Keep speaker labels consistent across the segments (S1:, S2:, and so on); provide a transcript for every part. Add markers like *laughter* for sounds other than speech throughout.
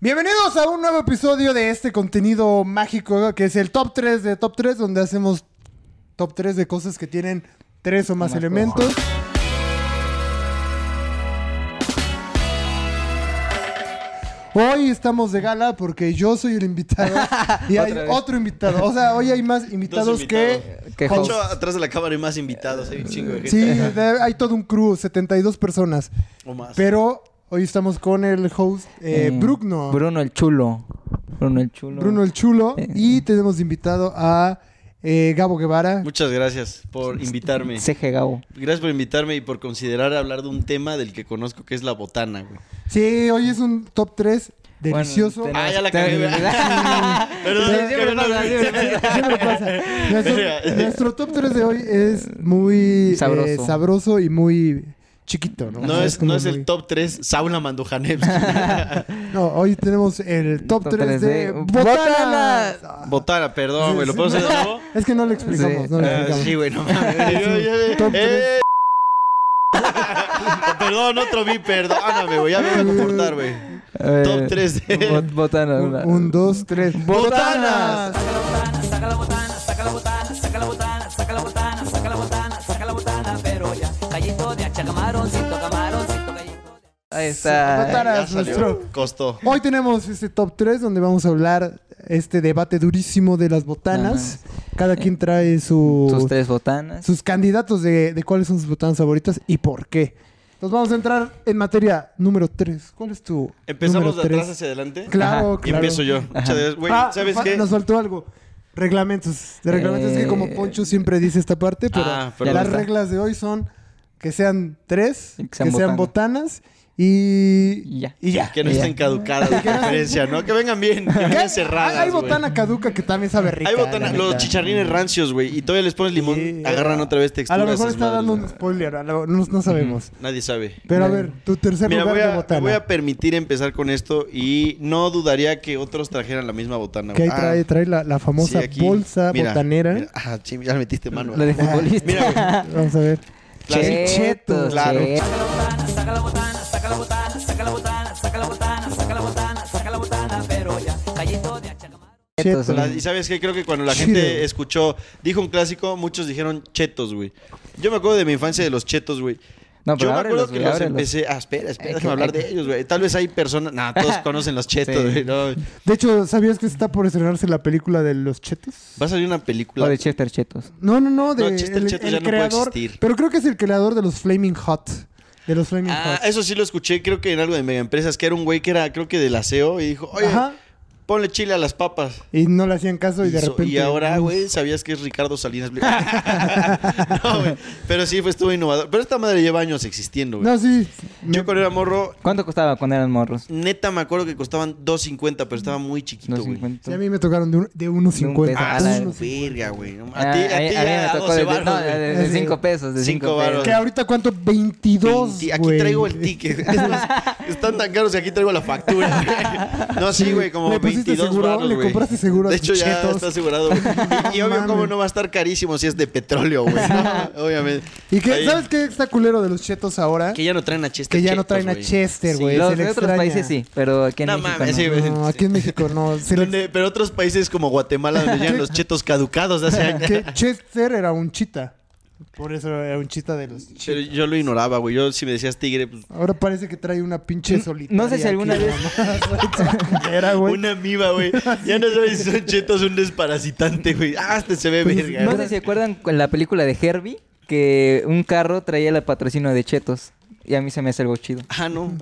S1: Bienvenidos a un nuevo episodio de este contenido mágico que es el top 3 de top 3, donde hacemos top 3 de cosas que tienen tres o más,
S2: Más
S1: elementos. Hoy estamos de gala porque yo soy el invitado y hay
S2: Otra vez.
S1: otro invitado. O sea, hoy hay más invitados que...
S3: invitados.
S2: Que
S1: hosts.
S2: host.
S3: Mucho atrás de la cámara y más invitados, hay un chingo de gente.
S1: Eh, Sí, de- hay todo un crew, 72 personas.
S3: O más.
S1: Pero hoy estamos con el host eh,
S2: Eh,
S1: Bruno.
S2: Bruno el chulo. Bruno el chulo.
S1: Bruno el Chulo.
S2: Eh.
S1: Y tenemos de invitado a eh, Gabo Guevara.
S3: Muchas gracias por invitarme.
S2: CG Gabo.
S3: Gracias por invitarme y por considerar hablar de un tema del que conozco que es la botana, güey.
S1: Sí, hoy es un top 3
S2: Bueno,
S1: delicioso.
S2: tenemos-
S3: Ah, ya la cagué,
S2: tenemos- *laughs*
S3: Perdón,
S2: Sí, siempre
S3: perdón,
S2: pasa,
S3: güey.
S2: siempre
S1: *laughs*
S2: pasa.
S1: Siempre pasa. *laughs*
S3: *laughs*
S1: Nuestro,
S3: Verga.
S1: nuestro top 3 de hoy es muy eh,
S2: Sabroso.
S1: sabroso y muy chiquito, ¿no?
S3: No es,
S1: como
S3: no es
S1: muy-
S3: el top 3 Saula
S1: *laughs*
S3: Mandujanevsky.
S1: No, hoy tenemos el top,
S2: Top
S1: 3,
S2: tres
S1: de,
S2: de
S1: botanas.
S2: botanas.
S1: Ah,
S3: botana, perdón, güey. ¿Lo puedo hacer de nuevo?
S1: Es que no lo explicamos,
S2: Sí.
S1: no lo
S3: Ah,
S1: explicamos.
S3: sí, güey, no mames. Yo- yo-
S1: Top
S3: ¡Eh! Oh, Perdón, otro vi, perdóname, güey. Ya me voy a comportar, güey.
S2: Eh,
S3: Top 3 de...
S2: bot- botana.
S1: Un,
S2: una-
S1: un, dos, tres.
S3: ¡Botanas!
S4: saca la botana, saca la botana, saca la botana, saca la botana, saca la botana, saca la botana, pero ya, gallito de hacha, camaroncito, camaroncito, gallito de
S2: Ahí está.
S1: Botana.
S3: Ya salió.
S1: nuestro-
S3: Costó.
S1: Hoy tenemos este top 3 donde vamos a hablar este debate durísimo de las botanas. Cada quien trae su-
S2: Sus tres botanas.
S1: sus candidatos de, de cuáles son sus botanas favoritas y por qué. Entonces vamos a entrar en materia número 3. ¿Cuál es tu número
S3: Empezamos de atrás
S1: tres?
S3: hacia adelante.
S1: Claro,
S2: Ajá.
S3: Y
S1: claro.
S3: empiezo yo. Muchas gracias. Güey,
S1: Ah,
S3: ¿sabes
S1: fa-
S3: qué?
S1: Nos faltó algo. Reglamentos. De reglamentos es que como
S2: Eh,
S1: Poncho siempre dice esta parte, pero
S3: Ah, pero-
S1: las
S2: Ya está.
S1: reglas de hoy son que sean tres,
S2: Y
S1: que sean, botanas y...
S2: Y ya.
S1: Y ya.
S3: Que no
S2: Ya.
S3: estén caducadas de preferencia, ¿no? Que vengan bien, que vengan cerradas.
S1: Hay, hay
S3: güey.
S1: botana caduca que también sabe rica.
S3: Hay
S1: la
S3: botana, los
S1: neta.
S3: chicharrines rancios, güey. Y todavía les pones limón,
S1: Sí.
S3: agarran otra vez textura.
S1: A lo mejor
S3: esas
S1: está
S3: madres,
S1: dando
S3: güey.
S1: un spoiler, a lo- no, no sabemos.
S3: Nadie sabe.
S1: Pero a ver, tu tercer
S3: Mira,
S1: lugar
S3: voy
S1: de
S3: a,
S1: botana.
S3: voy a permitir empezar con esto y no dudaría que otros trajeran la misma botana.
S1: Que ahí
S3: güey.
S1: trae,
S3: Ah,
S1: trae la, la famosa
S3: sí, aquí.
S1: bolsa
S3: Mira,
S1: botanera.
S3: mira. Ah, sí, ya le metiste mano.
S2: La
S1: Ah,
S2: de futbolista.
S3: Mira, güey.
S1: Vamos a ver.
S3: Clásico.
S2: Chetos.
S3: Claro.
S2: che-
S4: saca la botana, saca la botana, saca la botana, saca la botana, saca la botana, saca la botana, pero ya, gallito de hacha, camaroncito.
S2: Chetos.
S1: Chetos.
S3: La- y sabes qué, creo que cuando la
S1: Chido.
S3: gente escuchó, dijo un clásico, muchos dijeron chetos, güey. Yo me acuerdo de mi infancia de los chetos, güey.
S2: No,
S3: Yo
S2: pero
S3: me
S2: ábrelos,
S3: acuerdo que
S2: güey,
S3: los
S2: ábrelos.
S3: empecé. Ah, espera, espera,
S2: Hay que-
S3: déjame hablar
S2: hay
S3: de ellos, güey. Tal vez hay personas.
S2: *laughs*
S3: Nah, todos conocen los chetos,
S2: Sí.
S3: güey. no.
S1: De hecho, ¿sabías que está por estrenarse la película de los chetos?
S3: Va a salir una película.
S2: O de Chester Chetos.
S1: No, no, no. De,
S3: No, Chester
S1: el,
S3: Chetos
S1: el
S3: ya no puede
S1: creador,
S3: existir.
S1: Pero creo que es el creador de los Flaming Hot. De los Flaming
S3: Ah,
S1: Hot.
S3: eso sí lo escuché, creo que en algo de mega empresas, que era un güey que era, creo que del aseo, y dijo, oye,
S1: Ajá.
S3: ponle chile a las papas.
S1: Y no le hacían caso y de
S3: so-
S1: repente.
S3: ahora, güey, sabías que es
S2: *laughs*
S3: Ricardo Salinas. Pliego? no, güey. Pero sí, fue, estuvo innovador. Pero esta madre lleva años existiendo, güey.
S1: No, sí.
S3: Yo cuando era morro,
S2: ¿Cuánto costaba cuando eran morros?
S3: neta me acuerdo que costaban 2.50, pero estaba muy chiquito, güey.
S2: 250.
S1: Sí, a mí me tocaron de, un- de 1.50.
S2: De un peso.
S3: Ah,
S2: A la-
S3: su verga, güey. No,
S2: Ah,
S3: A ti, a
S2: ahí-
S3: ti
S2: ahí
S3: ya
S2: me tocó
S3: 12
S2: de-
S3: varos,
S2: no,
S3: güey.
S2: de- de
S1: Sí.
S2: 5 pesos. De
S3: Cinco
S2: 5
S3: varos.
S2: pesos.
S1: Que ahorita cuánto? 22.
S3: Sí, aquí
S1: güey.
S3: traigo el ticket. *laughs* Están tan caros que aquí traigo la factura. güey. No, sí, güey, como
S1: ¿Le pusiste
S3: 22
S1: seguro?
S3: baros,
S1: ¿Le
S3: güey.
S1: compraste seguro a
S3: De
S1: tus
S3: hecho, ya
S1: chetos?
S3: está
S1: *laughs*
S3: asegurado, güey. Y, y
S1: No
S3: obvio,
S1: mames.
S3: cómo no va a estar carísimo si es de petróleo, güey. ¿no?
S1: *laughs*
S3: Obviamente.
S1: ¿Y qué,
S3: Ahí-
S1: ¿Sabes qué está culero de los chetos ahora?
S3: Que ya no traen a Chester.
S1: Que ya no
S3: Chetos,
S1: traen a
S3: güey.
S1: Chester,
S3: Sí.
S1: güey.
S2: Los
S1: se le
S2: de otros
S1: extraña.
S2: países sí, pero aquí en
S3: No
S2: México
S3: mames,
S2: no.
S3: sí, güey.
S1: No, aquí en México
S3: *laughs*
S1: no. Se le-
S3: Donde- pero otros países como Guatemala, donde llegan los chetos caducados de hace años.
S1: que Chester era un chita. Por eso era un chita de los
S3: Pero
S1: chitos.
S3: yo lo ignoraba, güey. Yo, si me decías tigre, pues.
S1: Ahora parece que trae una pinche solitaria.
S2: no sé si alguna
S1: aquí,
S2: vez-
S1: mamá. *laughs* Era, güey.
S3: Una amiba, güey. Ya no sabes si son chetos o un desparasitante, güey. Ah, este se ve
S1: Pues,
S3: verga.
S2: No
S3: güey.
S2: sé si se acuerdan con la película de Herbie que un carro traía el patrocinio de Chetos y a mí se me hace algo chido.
S3: Ah, no.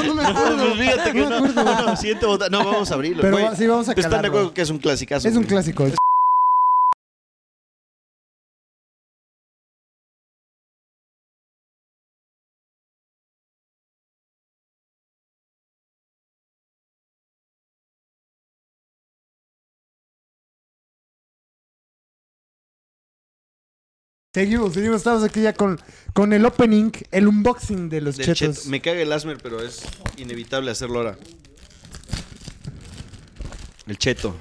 S1: No, no me acuerdo.
S3: pues fíjate que
S1: No
S3: no.
S1: me acuerdo.
S3: no, no, siguiente bota- No, vamos a abrirlo.
S1: Pero
S3: güey.
S1: sí, vamos a
S3: Pues, ¿Están
S1: calarlo.
S3: de acuerdo que es un clasicazo?
S1: Es un
S3: güey?
S1: clásico. Seguimos, seguimos, estamos aquí ya con, con el opening, el unboxing de los
S3: Del
S1: chetos.
S3: cheto. Me caga el asmer, pero es inevitable hacerlo ahora. El cheto.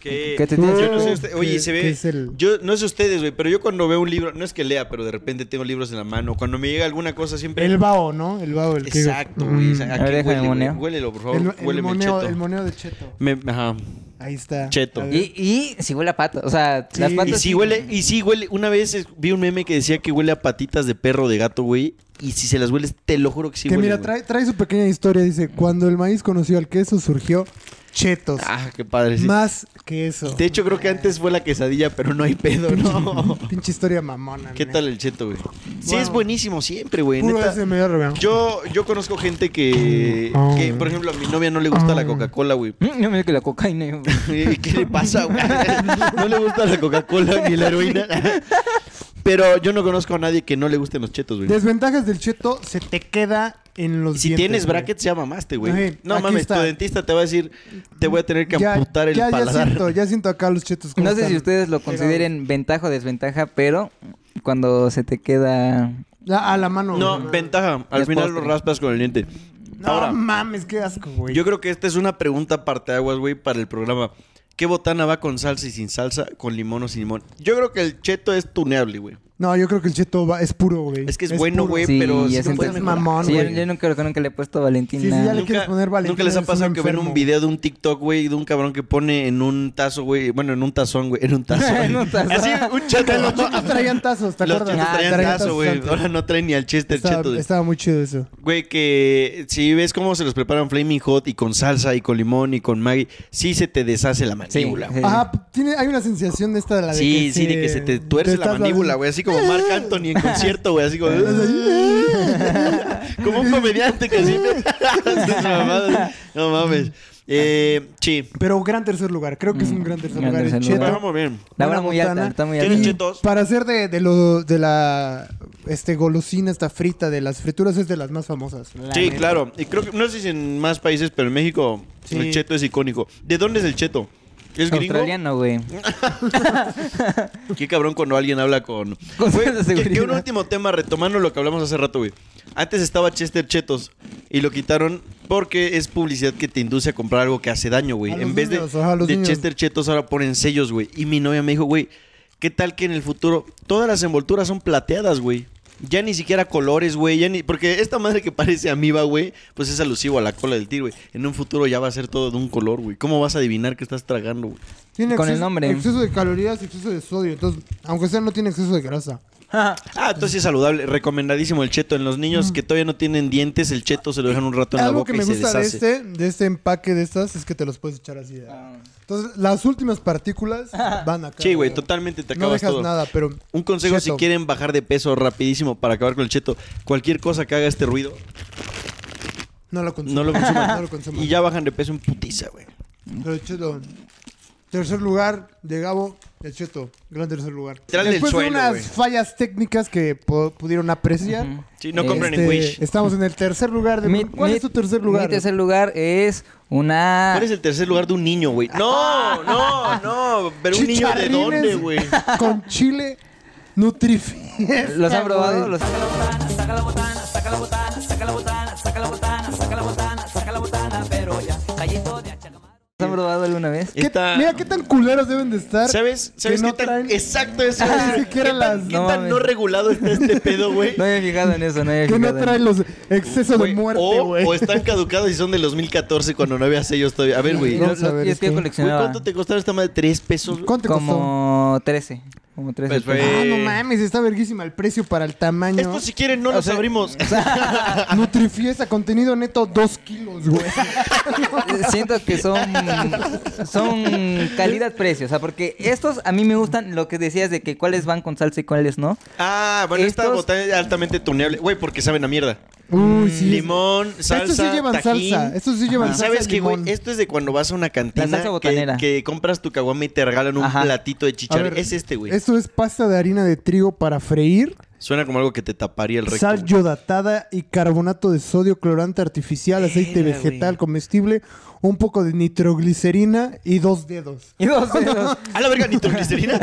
S3: Que,
S2: ¿Qué te tienes
S3: yo no
S2: que-
S3: sé usted- oye,
S1: que-
S3: se
S1: que
S3: ve.
S1: es el-
S3: Yo no sé ustedes, güey, pero yo cuando veo un libro, no es que lea, pero de repente tengo libros en la mano. Cuando me llega alguna cosa siempre.
S1: El bao, ¿no? El bao, el que...
S3: Exacto, güey.
S1: Mm.
S3: ¿a
S2: ver,
S3: qué
S2: déjame
S3: huele, güey?
S2: moneo.
S3: Huélelo, por
S1: El,
S3: favor.
S1: el
S3: Huéleme el
S1: moneo,
S3: cheto.
S1: el moneo de cheto.
S3: Me- ajá.
S1: Ahí está.
S3: Cheto.
S1: A ver.
S2: Y, y si huele a pato. O sea,
S1: Sí.
S2: las patas.
S3: Y sí huele, y sí huele. Una vez es- vi un meme que decía que huele a patitas de perro o de gato, güey. Y si se las hueles, te lo juro que sí
S1: que
S3: huele,
S1: mira,
S3: güey.
S1: trae, trae su pequeña historia. Dice, cuando el maíz conoció al queso, surgió chetos.
S3: Ah, qué padre. sí.
S1: Más que eso.
S3: De hecho, creo que antes fue la quesadilla, pero no hay pedo, ¿no?
S1: *laughs* Pinche historia mamona.
S3: ¿Qué
S1: neta.
S3: tal el cheto, güey? Sí,
S1: Wow.
S3: es buenísimo siempre, güey.
S1: Puro
S3: neta.
S1: ese medio revés.
S3: Yo, yo conozco gente que,
S1: Oh.
S3: que, por ejemplo, a mi novia no le gusta la Coca-Cola, güey. *laughs*
S2: Mm, No me que la cocaína. güey.
S3: ¿Y ¿Qué le pasa, güey? *laughs* No le gusta la Coca-Cola ni la
S1: *laughs*
S3: heroína. Pero yo no conozco a nadie que no le gusten los chetos, güey.
S1: Desventajas del cheto, se te queda en los
S3: Si
S1: dientes,
S3: tienes
S1: güey.
S3: brackets, ya mamaste,
S1: Ajá,
S3: güey. No
S1: aquí
S3: mames,
S1: está.
S3: tu dentista te va a decir, te voy a tener que
S1: Ya-
S3: amputar el
S1: ya, Ya
S3: paladar. *laughs*
S1: siento, ya siento acá los chetos. como
S2: No sé
S1: están
S2: si ustedes lo
S1: pegados.
S2: consideren ventaja o desventaja, pero cuando se te queda.
S1: La- a la mano.
S3: No,
S1: güey.
S3: ventaja.
S2: Y
S3: Al
S2: es
S3: final
S2: postre.
S3: lo raspas con el diente.
S1: No
S3: Ahora,
S1: mames, qué asco, güey.
S3: yo creo que esta es una pregunta parteaguas, güey, para el programa. ¿Qué botana va con salsa y sin salsa, con limón o sin limón? Yo creo que el cheto es tuneable, güey.
S1: No, yo creo que el cheto va- es puro, güey.
S3: Es que es, bueno,
S1: puro.
S3: güey,
S2: Sí,
S3: pero
S2: ya
S3: sí
S2: se
S3: lo puedes
S2: entiende.
S3: mejorar.
S1: Mamón,
S2: Sí, yo,
S1: güey.
S2: yo nunca, nunca le he
S1: Sí, sí,
S2: puesto
S1: ya
S2: Valentina.
S1: le quieres poner Valentina,
S3: nunca les ha
S1: eres un
S3: pasado que ven
S1: enfermo.
S3: un video de un TikTok, güey, de un cabrón que pone en un tazo, güey, bueno, en un tazón, güey, en
S1: *laughs*
S3: un tazo.
S2: En un tazo.
S3: Así, un cheto.
S1: Los chicos traían tazos, ¿te
S3: Los
S1: acuerdas?
S3: chetos
S2: Ah,
S3: traían
S1: traían
S3: tazo,
S1: tazos
S3: güey.
S1: antes.
S3: Ahora no traen ni al chester cheto.
S1: estaba,
S3: güey.
S1: estaba muy chido eso.
S3: Güey, que si ves cómo se los preparan Flaming Hot y con salsa y con limón y con Maggi, sí se te deshace la mandíbula, güey.
S2: Sí.
S1: Ajá, tiene, hay una sensación de esta de la de
S3: Sí,
S1: que
S3: sí, de que se te tuerce la
S1: estás-
S3: mandíbula, güey. Así como Marc Anthony en concierto,
S1: *laughs*
S3: güey. Así como... *laughs* como un comediante que así... *laughs* Sus mamadas. no mames. Eh, sí.
S1: Pero gran tercer lugar, creo
S3: Mm.
S1: que es un gran tercer
S2: gran
S1: lugar.
S2: tercer
S1: el cheto.
S2: lugar.
S3: Vamos bien.
S1: Una
S2: La vara muy alta,
S1: botana.
S2: está muy
S3: ¿Tienes
S2: alta.
S3: cheto? chetos?
S1: Para hacer de, de lo de la este golosina esta frita de las frituras es de las más famosas. la
S3: Sí,
S1: neta.
S3: claro. Y creo que... No sé si en más países, pero en México
S1: Sí.
S3: el cheto es icónico. ¿De dónde es el cheto? ¿Es gringo?
S2: Australiano, güey.
S3: Qué cabrón cuando alguien habla con...
S2: Con
S3: Güey,
S2: tanta
S3: que- que
S2: seguridad.
S3: un último tema, retomando lo que hablamos hace rato, güey. Antes estaba Chester Chetos y lo quitaron porque es publicidad que te induce a comprar algo que hace daño, güey.
S1: A los
S3: En vez de,
S1: niños, ajá, a los
S3: de
S1: niños.
S3: Chester Chetos ahora ponen sellos, güey. Y mi novia me dijo, güey, ¿qué tal que en el futuro todas las envolturas son plateadas, güey? Ya ni siquiera colores, güey. Ya ni... Porque esta madre que parece amiba, güey, pues es alusivo a la cola del tigre, güey. En un futuro ya va a ser todo de un color, güey. ¿Cómo vas a adivinar que estás tragando, güey?
S1: Tiene
S2: Con el
S1: exceso-
S2: nombre.
S1: Exceso de calorías, y exceso de sodio. Entonces, aunque sea, no tiene exceso de grasa.
S3: Ah, entonces sí es saludable. Recomendadísimo el cheto. En los niños que todavía no tienen dientes, el cheto se lo dejan un rato en
S1: Mm.
S3: la
S1: Algo
S3: boca
S1: que me
S3: y se
S1: gusta de
S3: deshace. Ah.
S1: este, de este empaque de estas es que te los puedes echar así. Entonces, las últimas partículas van acá.
S3: Sí, güey, totalmente te
S1: No
S3: acabas
S1: dejas
S3: todo.
S1: nada, pero.
S3: Un consejo si
S1: Cheto.
S3: quieren bajar de peso rapidísimo para acabar con el cheto. Cualquier cosa que haga este ruido,
S1: No lo consuman.
S3: no lo
S1: *laughs*
S3: consuman.
S1: no lo consuman.
S3: Y ya bajan de peso en putiza, güey.
S1: Pero el cheto. Tercer lugar de Gabo, el cheto. Gran tercer lugar.
S3: Literal del
S1: Después de
S3: suelo,
S1: unas
S3: güey.
S1: fallas técnicas que po- pudieron apreciar.
S2: Ujú.
S3: Sí, no compren en
S1: este,
S3: Wish.
S1: Estamos en el tercer lugar. De,
S2: Mi-
S1: ¿Cuál
S2: mi-
S1: es tu tercer lugar?
S2: Mi tercer lugar es una.
S3: ¿Cuál es el tercer lugar de un niño, güey? No, no, no. Pero un niño de
S1: Ah. Chicharrines
S3: dónde, güey.
S1: Con chile Nutrifiesta.
S2: ¿Los han probado?
S1: güey.
S2: Los-
S4: Saca la botana, saca la botana, saca la botana, saca la botana, saca la botana, saca la botana, saca la botana, pero ya, callito de achagamar.
S2: ¿Los han probado alguna vez?
S1: *laughs* ¿Qué-
S3: Está-
S1: Mira qué tan culeros deben de estar.
S3: ¿Sabes? ¿Sabes
S1: que
S3: qué
S1: no
S3: tan
S1: traen- Ah, *laughs*
S3: exacto eso?
S1: Ni
S3: güey?
S1: siquiera
S3: ¿Qué tan-
S1: las-
S3: ¿Qué
S2: No
S3: tan
S2: mames.
S3: no regulado está este
S1: *laughs*
S3: pedo, güey?
S2: No había fijado en eso, no había
S1: Que
S2: fijado.
S1: no
S2: en-
S1: traen los excesos
S3: Güey,
S1: de muerte,
S3: o,
S1: güey.
S3: o están caducados y son del 2014 cuando no había sellos todavía. A ver, güey.
S2: Y
S1: Vamos
S2: los- los-
S1: a ver
S2: y es
S1: esto.
S2: que yo
S3: Güey,
S2: coleccionaba.
S3: ¿Cuánto te costaba esta madre? ¿Tres pesos?
S1: ¿Cuánto te costó?
S2: Como 13. Como 13.
S3: Pues, güey.
S1: Ah, no mames, está verguísima el precio para el tamaño.
S3: Esto si quieren no
S2: O
S3: los
S2: sea-
S3: abrimos.
S1: *laughs* Nutrifiesta, contenido neto, dos kilos, güey.
S2: Siento que son son calidad-precio, o sea, porque estos a mí me gustan lo que decías de que cuáles van con salsa y cuáles no.
S3: *laughs*
S2: *laughs*
S3: ah, bueno, esta
S2: Estos-
S3: botana es altamente tuneable. Güey, porque saben a mierda.
S1: Uy, sí.
S3: Limón, salsa,
S1: Estos sí llevan
S3: tajín.
S1: salsa. Estos sí llevan
S3: ¿Y
S1: salsa.
S3: sabes
S1: y
S3: qué, güey? Este,
S1: limón.
S3: Esto es de cuando vas a una cantina
S2: salsa
S3: que,
S2: botanera.
S3: que compras tu caguama y te regalan un
S2: Ajá.
S3: platito de
S1: A
S3: chicharrón.
S1: ver,
S3: Es este, güey.
S1: Esto es pasta de harina de trigo para freír.
S3: Suena como algo que te taparía el recto.
S1: Sal
S3: güey.
S1: yodatada y carbonato de sodio clorante artificial, aceite
S2: Verga,
S1: vegetal
S2: güey.
S1: comestible, un poco de nitroglicerina y dos dedos.
S2: Y dos dedos.
S3: A la verga, nitroglicerina.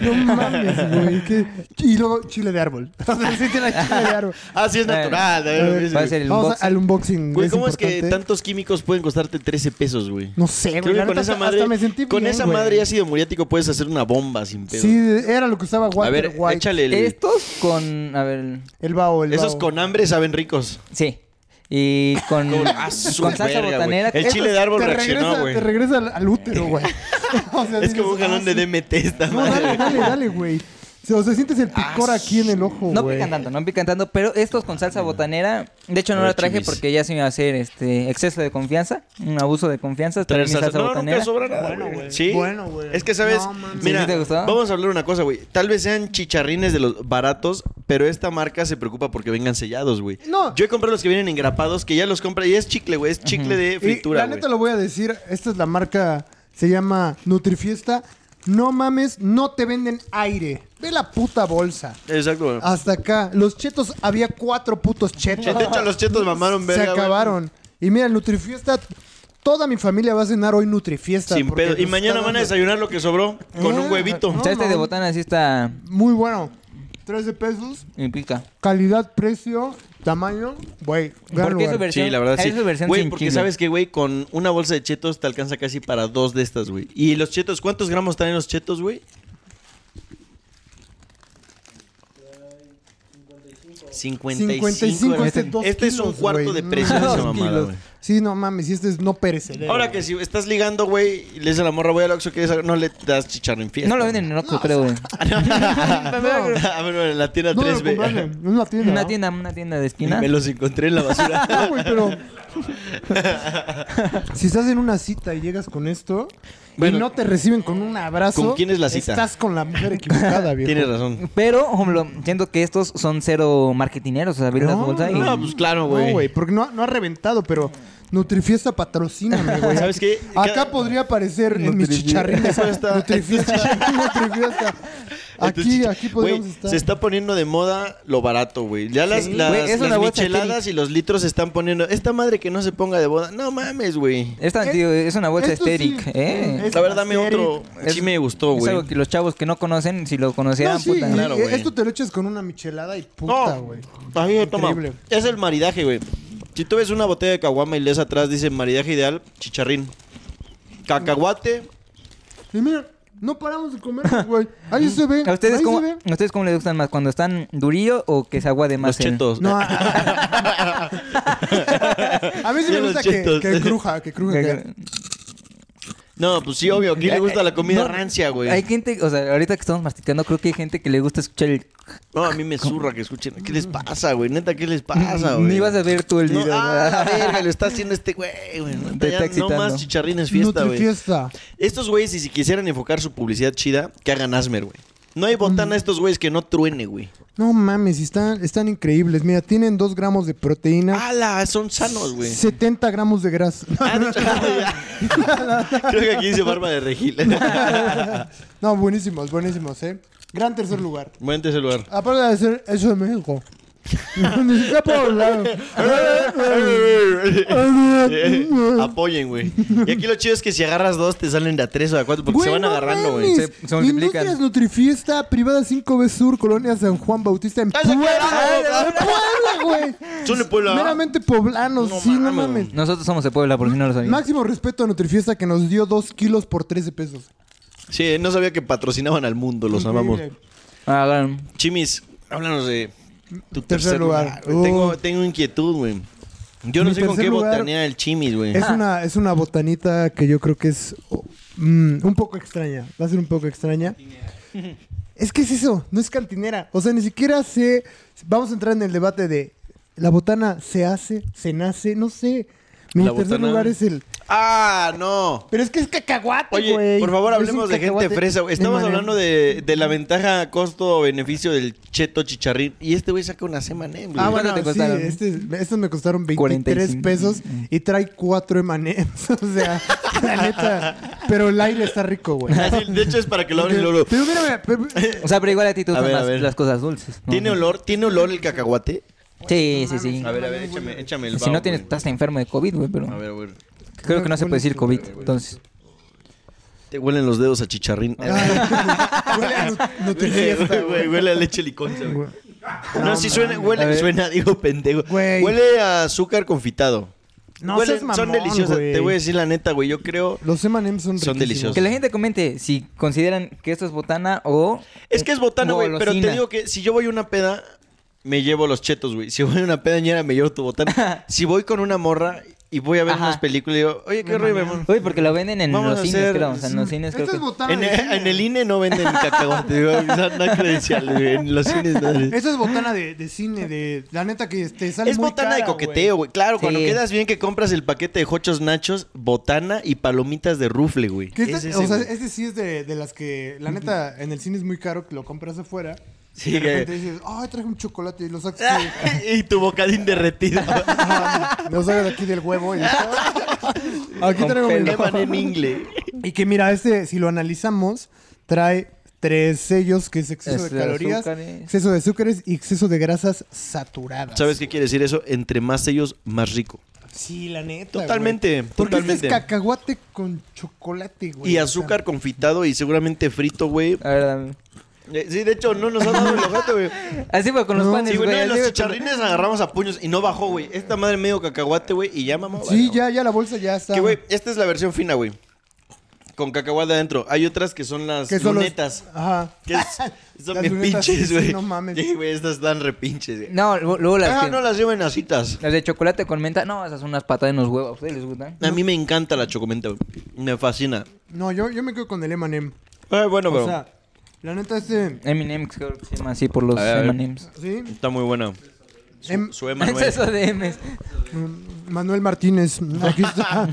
S1: No mames, güey. qué- Y luego chile de árbol. *laughs* O sea, *laughs* sí tiene chile de árbol.
S3: *laughs* ah, sí, es
S2: Bueno.
S3: natural. a ver,
S1: A ver,
S3: güey.
S2: Va a ser el
S1: Vamos
S2: unboxing.
S1: al unboxing.
S3: Güey, ¿cómo es que
S1: importante.
S3: tantos químicos pueden costarte 13 pesos, güey?
S1: No sé,
S3: Creo
S1: güey. la
S3: que con
S1: neta,
S3: esa
S1: hasta-
S3: madre,
S1: hasta me sentí
S3: con
S1: bien,
S3: esa
S1: güey.
S3: madre y ácido muriático puedes hacer una bomba sin pedo.
S1: Sí, era lo que usaba Walter
S3: a ver,
S1: White.
S3: échale. el-
S2: Estos con. A ver.
S1: El bao, el
S3: Esos
S1: bao.
S3: con hambre saben ricos.
S2: Sí. Y con.
S3: Ah, su
S2: con salsa
S3: verga, güey.
S2: botanera.
S3: El
S2: Estos-
S3: chile de árbol
S1: te
S3: reaccionó,
S1: regresa,
S3: güey.
S1: Te regresa al, al útero,
S3: *laughs*
S1: güey. *laughs* O sea,
S3: Es
S1: dices,
S3: como un jalón
S1: ah,
S3: de
S1: sí.
S3: DMT esta
S1: No, dale,
S3: madre.
S1: dale, dale, güey. O sea, o sea, sientes el picor
S3: Ah,
S1: aquí en el ojo, güey.
S2: No pican tanto, no pican tanto, pero estos con salsa botanera, de hecho no
S3: A ver,
S2: la traje
S3: chimis.
S2: porque ya se me iba a hacer este exceso de confianza, un abuso de confianza, traer
S3: Traer
S2: mi salsa,
S3: salsa. No,
S2: botanera.
S3: nunca sobra nada.
S1: Bueno,
S3: güey.
S1: güey.
S3: Sí.
S1: Bueno, güey.
S3: Es que, ¿sabes?
S1: No, mames.
S3: Mira,
S2: ¿Sí te gustó?
S3: vamos a hablar una cosa, güey. Tal vez sean chicharrines de los baratos, pero esta marca se preocupa porque vengan sellados, güey.
S1: No.
S3: Yo he comprado los que vienen engrapados, que ya los compra y es chicle, güey. Es chicle de
S1: Y
S3: fritura,
S1: la neta
S3: güey.
S1: lo voy a decir, esta es la marca, se llama Nutrifiesta. No mames, no te venden aire. Ve la puta bolsa.
S3: Exacto, güey.
S1: Hasta acá. Los chetos, había cuatro putos chetos.
S3: Che, de hecho, los chetos mamaron,
S1: Se
S3: verga, güey.
S1: acabaron. Y mira, el Nutrifiesta, toda mi familia va a cenar hoy Nutrifiesta.
S3: Sin
S1: porque
S3: pedo. Y
S1: nos
S3: mañana
S1: está
S3: van a
S1: dando-
S3: desayunar lo que sobró con
S1: Eh,
S3: un huevito.
S1: no.
S2: O sea, este de botana sí está
S1: Muy bueno. 13 pesos.
S2: y pica.
S1: Calidad, precio, tamaño. Güey, gran
S2: Porque es su
S1: lugar.
S2: versión,
S3: Sí, la verdad
S2: es
S3: sí.
S2: su versión
S3: Güey,
S2: sin
S3: porque
S2: chile.
S3: sabes que, güey, con una bolsa de chetos te alcanza casi para dos de estas, güey. Y los chetos, ¿cuántos gramos traen los chetos, güey? 55.
S1: 55 este, dos
S3: Este es un
S1: kilos,
S3: cuarto
S1: güey.
S3: de precio de
S1: Dos
S3: esa mamada,
S1: kilos.
S3: güey.
S1: Sí, no mames, y este es no perecedero.
S3: Ahora que si estás ligando, güey, y le dices a la morra, voy al Oxxo, ¿quieres algo? No le das chicharro en fiesta.
S2: No lo venden en otro, creo. güey.
S3: *laughs*
S2: *laughs*
S3: a ver, en la tienda
S1: No,
S3: 3,
S1: lo
S3: güey.
S1: compraste en una tienda.
S2: Una
S1: ¿no?
S2: tienda, una tienda de
S3: *laughs* Y
S2: esquina.
S3: me los encontré en la basura.
S1: No, güey, pero.
S3: *laughs*
S1: si estás en una cita y llegas con esto
S3: Bueno.
S1: y no te reciben con un abrazo.
S3: ¿Con quién es la cita?
S1: Estás con la mujer
S3: *laughs*
S1: equivocada, viejo.
S3: Tienes razón.
S2: Pero, por ejemplo, siento que estos son cero marketineros, o sea, abrir la
S1: No,
S2: bolsa y...
S3: No, pues claro,
S1: No,
S3: güey.
S1: güey, porque no, no ha reventado, pero Nutrifiesta patrocíname, güey.
S3: *laughs* ¿Sabes qué?
S1: Acá
S3: Cada-
S1: podría aparecer en mis
S2: Nutrifi-
S3: *laughs*
S1: chicharrines
S3: Nutrifiesta.
S1: Nutrifiesta. *laughs*
S3: *laughs*
S1: Nutrifiesta. Aquí,
S3: Entonces,
S1: aquí
S3: Este güey,
S1: podríamos estar.
S3: Se está poniendo de moda lo barato, güey. Ya las,
S2: Sí.
S3: las,
S2: Güey, es
S3: las
S2: una bolsa
S3: micheladas y los litros se están poniendo. Esta madre que no se ponga de moda. No mames, güey.
S2: Esta,
S1: Eh,
S2: tío, es una bolsa
S1: esto sí,
S2: estérica, ¿eh?
S1: es-
S3: La verdad, dame otro.
S2: Es-
S3: Sí me gustó,
S2: Es
S3: güey.
S2: algo que los chavos que no conocen, si lo conocieran,
S1: No, sí,
S2: puta.
S1: y-
S3: Claro, güey.
S1: esto te lo echas con una michelada y puta, güey.
S3: a mí me toma.
S1: Increíble.
S3: Es el maridaje, güey. Si tú ves una botella de caguama y lees atrás, dice maridaje ideal, chicharrín. Cacahuate.
S1: Y mira, no paramos de comer, *laughs* güey. Ahí se ve.
S2: ¿A ustedes
S1: ahí
S2: cómo,
S1: se ve.
S2: ¿a ustedes cómo les gustan más? ¿Cuando están durillo o que se aguade más?
S3: Los
S2: el-
S3: chetos. *laughs*
S1: No, a, a mí sí me
S3: Ya los
S1: gusta que,
S3: chetos.
S1: que cruja, que cruja. que-
S3: No, pues sí, obvio. ¿A quién le gusta la comida
S2: Eh, No,
S3: rancia,
S2: Hay
S3: güey?
S2: gente, o sea, ahorita que estamos masticando, creo que hay gente que le gusta escuchar el...
S3: No, a mí me zurra que escuchen. ¿Qué les pasa, güey? Neta, ¿qué les pasa, güey?
S2: Ni vas a ver tú el
S3: No,
S2: video.
S3: ah, la
S2: ¿verdad?
S3: verga, lo está haciendo este güey, güey. No,
S2: Te
S3: ya
S2: está
S3: no
S2: excitando.
S3: más chicharrines fiesta, güey.
S1: Nutrifiesta.
S3: Estos güeyes, si si quisieran enfocar su publicidad chida, que hagan Asmer, güey. No hay botana a estos güeyes que no truene, güey.
S1: No mames, están, están increíbles. Mira, tienen 2 gramos de proteína,
S3: ¡Hala! Son sanos, Ah, güey.
S1: 70 gramos de grasa. *laughs*
S2: *laughs*
S3: Ah, no, Creo que aquí dice barba
S2: *laughs*
S3: de regil.
S1: No, buenísimos, buenísimos, ¿eh? Gran tercer lugar.
S3: Muévete ese lugar.
S1: Aparte de hacer eso de México. *laughs* Ni siquiera puedo hablar.
S3: *laughs* Eh, Apoyen, güey. Y aquí lo chido es que si agarras dos, te salen de a tres o de a cuatro porque
S1: Güey,
S3: se van
S1: no
S3: agarrando, güey.
S1: mames.
S2: Se- se multiplican.
S1: Industrias Nutrifiesta, privada 5B Sur, Colonia San Juan Bautista, en
S3: ¡Eso que era,
S1: Puebla. ¡En
S3: güey!
S1: Puebla, güey!
S3: Son de Puebla.
S1: Meramente poblanos,
S3: No
S1: sí, no
S3: mames.
S1: mames.
S2: Nosotros somos de Puebla, por si no lo sabían.
S1: Máximo respeto a Nutrifiesta que nos dio 2 kilos por 13 pesos.
S3: Sí, no sabía que patrocinaban al mundo, los amamos.
S1: Increíble.
S2: Ah, claro.
S3: Chimis, háblanos de tu
S1: Tercer
S3: tercer, lugar.
S1: lugar.
S3: güey.
S1: Uh.
S3: Tengo, tengo inquietud, güey. Yo no
S1: Mi
S3: sé con
S1: tercer
S3: qué
S1: lugar
S3: botanea el chimis, güey.
S1: Es una, es una botanita que yo creo que es oh, mm, un poco extraña. Va a ser un poco
S2: *laughs*
S1: extraña. Es que es eso, no es cantinera. O sea, ni siquiera se... Vamos a entrar en el debate de... La botana se hace, se nace, no sé. Mi
S3: La
S1: tercer
S3: botana.
S1: lugar es el.
S3: ¡Ah, no!
S1: Pero es que es cacahuate, güey.
S3: Oye, por favor,
S1: Es un
S3: hablemos de gente
S1: cacahuate.
S3: fresa. güey. Estamos
S1: De manera-
S3: hablando de, de la ventaja costo-beneficio del cheto chicharrín. Y este güey saca una M&M, güey.
S1: Ah,
S2: ¿Cuánto
S1: bueno,
S2: te
S1: sí,
S2: costaron?
S1: este- estos me costaron 23
S2: 45.
S1: pesos y trae 4 M&M's. *laughs* O sea, la neta. Pero el aire está rico, güey.
S3: Así, Ah, de hecho, es para que lo abres y lo-
S1: *laughs*
S3: lo-
S1: Pero mira, mira,
S3: *laughs*
S1: pero-
S2: O sea, pero igual a ti te
S3: A
S2: gustan
S3: ver, a
S2: las,
S3: ver.
S2: las cosas dulces. ¿no?
S3: ¿Tiene olor? ¿Tiene olor el cacahuate?
S2: Sí, sí, sí.
S3: A ver, a ver, échame, échame el
S2: Si no
S3: vaho,
S2: tienes,
S3: güey.
S2: estás enfermo de COVID, güey, pero
S3: A ver, güey.
S2: creo que no se puede decir COVID, entonces.
S3: Te huelen los dedos a chicharrín.
S1: Ay, huele a nut- nutrifiesta,
S3: Güey,
S1: güey.
S3: huele a leche liconza, güey. No,
S1: No,
S3: sí
S1: mames.
S3: suena, huele, suena, digo, pendejo.
S1: Güey.
S3: Huele a azúcar confitado.
S1: No
S3: Huelen-
S1: seas mamón,
S3: son deliciosas.
S1: güey.
S3: Te voy a decir la neta, güey. Yo creo.
S1: Los M&M's son,
S3: Son
S1: riquísimos.
S3: deliciosos.
S2: Que la gente comente si consideran que esto es botana o...
S3: Es que es botana, güey. Pero te
S2: golosina.
S3: digo que si yo voy a una peda, me llevo los chetos, güey. Si voy a una pedañera, me llevo
S1: *laughs*
S3: tu botana. si voy con una morra y voy a ver
S2: Ajá.
S3: unas películas, digo, oye, qué rollo, mi amor.
S2: Uy, porque lo venden en
S3: Vamos
S2: los
S3: a
S2: cines,
S3: hacer-
S2: creo. O sea, en los cines creo
S1: Esta
S2: que...
S1: es botana.
S3: En,
S1: de
S3: e-
S1: cine.
S3: en el INE no venden cacahuate, güey. *laughs* No hay credenciales, güey. En los cines no.
S1: Esta *laughs* es botana de, de cine, de la neta que te sale
S3: Es
S1: muy
S3: botana
S1: cara,
S3: de coqueteo, güey. Claro, cuando
S2: Sí.
S3: quedas bien que compras el paquete de hochos nachos, botana y palomitas de rufle, güey.
S1: Que esta-
S3: Es ese,
S1: o sea,
S3: güey.
S1: este sí es de, de las que, la neta, en el cine es muy caro que lo compras afuera.
S3: Sí,
S1: y de
S3: que-
S1: repente dices, ay, traje un chocolate y lo sacas,
S3: *laughs*
S1: *laughs*
S3: y tu bocadín derretido. *laughs*
S1: lo sacas de aquí del huevo. Y aquí
S2: Con
S1: traigo mi-
S2: pelo.
S3: Evan en inglés.
S1: *laughs* Y que mira, este, si lo analizamos, trae tres sellos que es exceso
S2: Exceso
S1: de
S2: de
S1: calorías,
S2: azúcares.
S1: exceso de azúcares y exceso de grasas saturadas.
S3: ¿Sabes qué quiere decir eso? Entre más sellos, más rico.
S1: Sí, la neta.
S3: Totalmente,
S1: güey. Porque este
S3: totalmente.
S1: es cacahuate con chocolate, güey.
S3: Y azúcar confitado y seguramente frito, güey.
S2: A ver, dame.
S3: Eh, Sí, de hecho, no nos ha dado el
S1: *laughs*
S3: ojete, güey.
S2: Así fue con los
S1: No.
S2: panes,
S3: Sí, güey, no,
S2: güey. así
S3: y los
S2: fue con-
S3: chicharrines agarramos a puños y no bajó, güey. Esta madre medio cacahuate, güey, y ya mamó.
S1: Sí,
S3: vale.
S1: ya, ya la bolsa ya está.
S3: Que, güey, esta es la versión fina, güey. Con cacahuate adentro. Hay otras que son las
S1: Que son los-
S3: lunetas.
S1: Ajá. *laughs*
S3: Que es- son
S1: Las
S3: bien
S1: lunetas, sí,
S3: pinches,
S1: sí,
S3: güey.
S1: no mames.
S3: Sí, güey, estas están repinches, güey.
S2: No, lu- luego las,
S3: Ah,
S2: que-
S3: no las lleven a citas.
S2: las de chocolate con menta. No, esas son unas patadas en los huevos. ¿A ustedes les gustan?
S3: A mí me encanta la chocomenta, güey. Me fascina.
S1: No, yo, yo me quedo con el M&M.
S2: Ah,
S3: Ay, bueno,
S1: O
S3: pero
S1: sea, la neta este...
S2: M&M's creo que se llama así por los
S3: A ver, a ver.
S2: M&M's.
S1: Sí,
S3: está muy buena.
S1: em,
S3: Su
S2: Es
S3: Emanuel.
S2: *laughs* eso de M's.
S1: Manuel Martínez, *laughs* aquí está.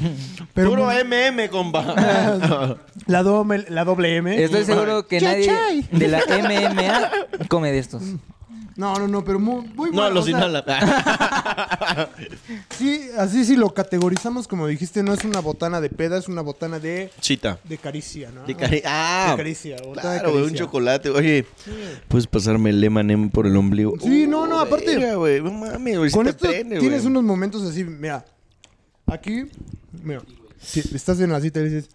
S1: Pero
S3: Puro MM,
S1: *laughs*
S3: compa.
S1: la, doble, la doble M.
S2: Estoy seguro que
S1: Chay,
S2: nadie
S1: chay.
S2: de la MMA come de estos.
S1: No, no, no, pero muy, muy
S3: no,
S1: bueno,
S3: los
S1: o sea,
S3: inhala. *laughs*
S1: Sí, así sí lo categorizamos, como dijiste, no es una botana de peda, es una botana de,
S3: Chita.
S1: de caricia, ¿no?
S3: De cari- ah,
S1: Ah, De caricia, botana de
S3: claro, güey, un
S1: caricia.
S3: chocolate. Oye, ¿puedes pasarme el M&M por el ombligo?
S1: Sí, no, no, aparte-
S3: verga, güey, no mames, güey, sí
S1: Con
S3: te
S1: esto
S3: prende, güey.
S1: tienes unos momentos así, mira. Aquí, mira. Si estás en la cita y dices,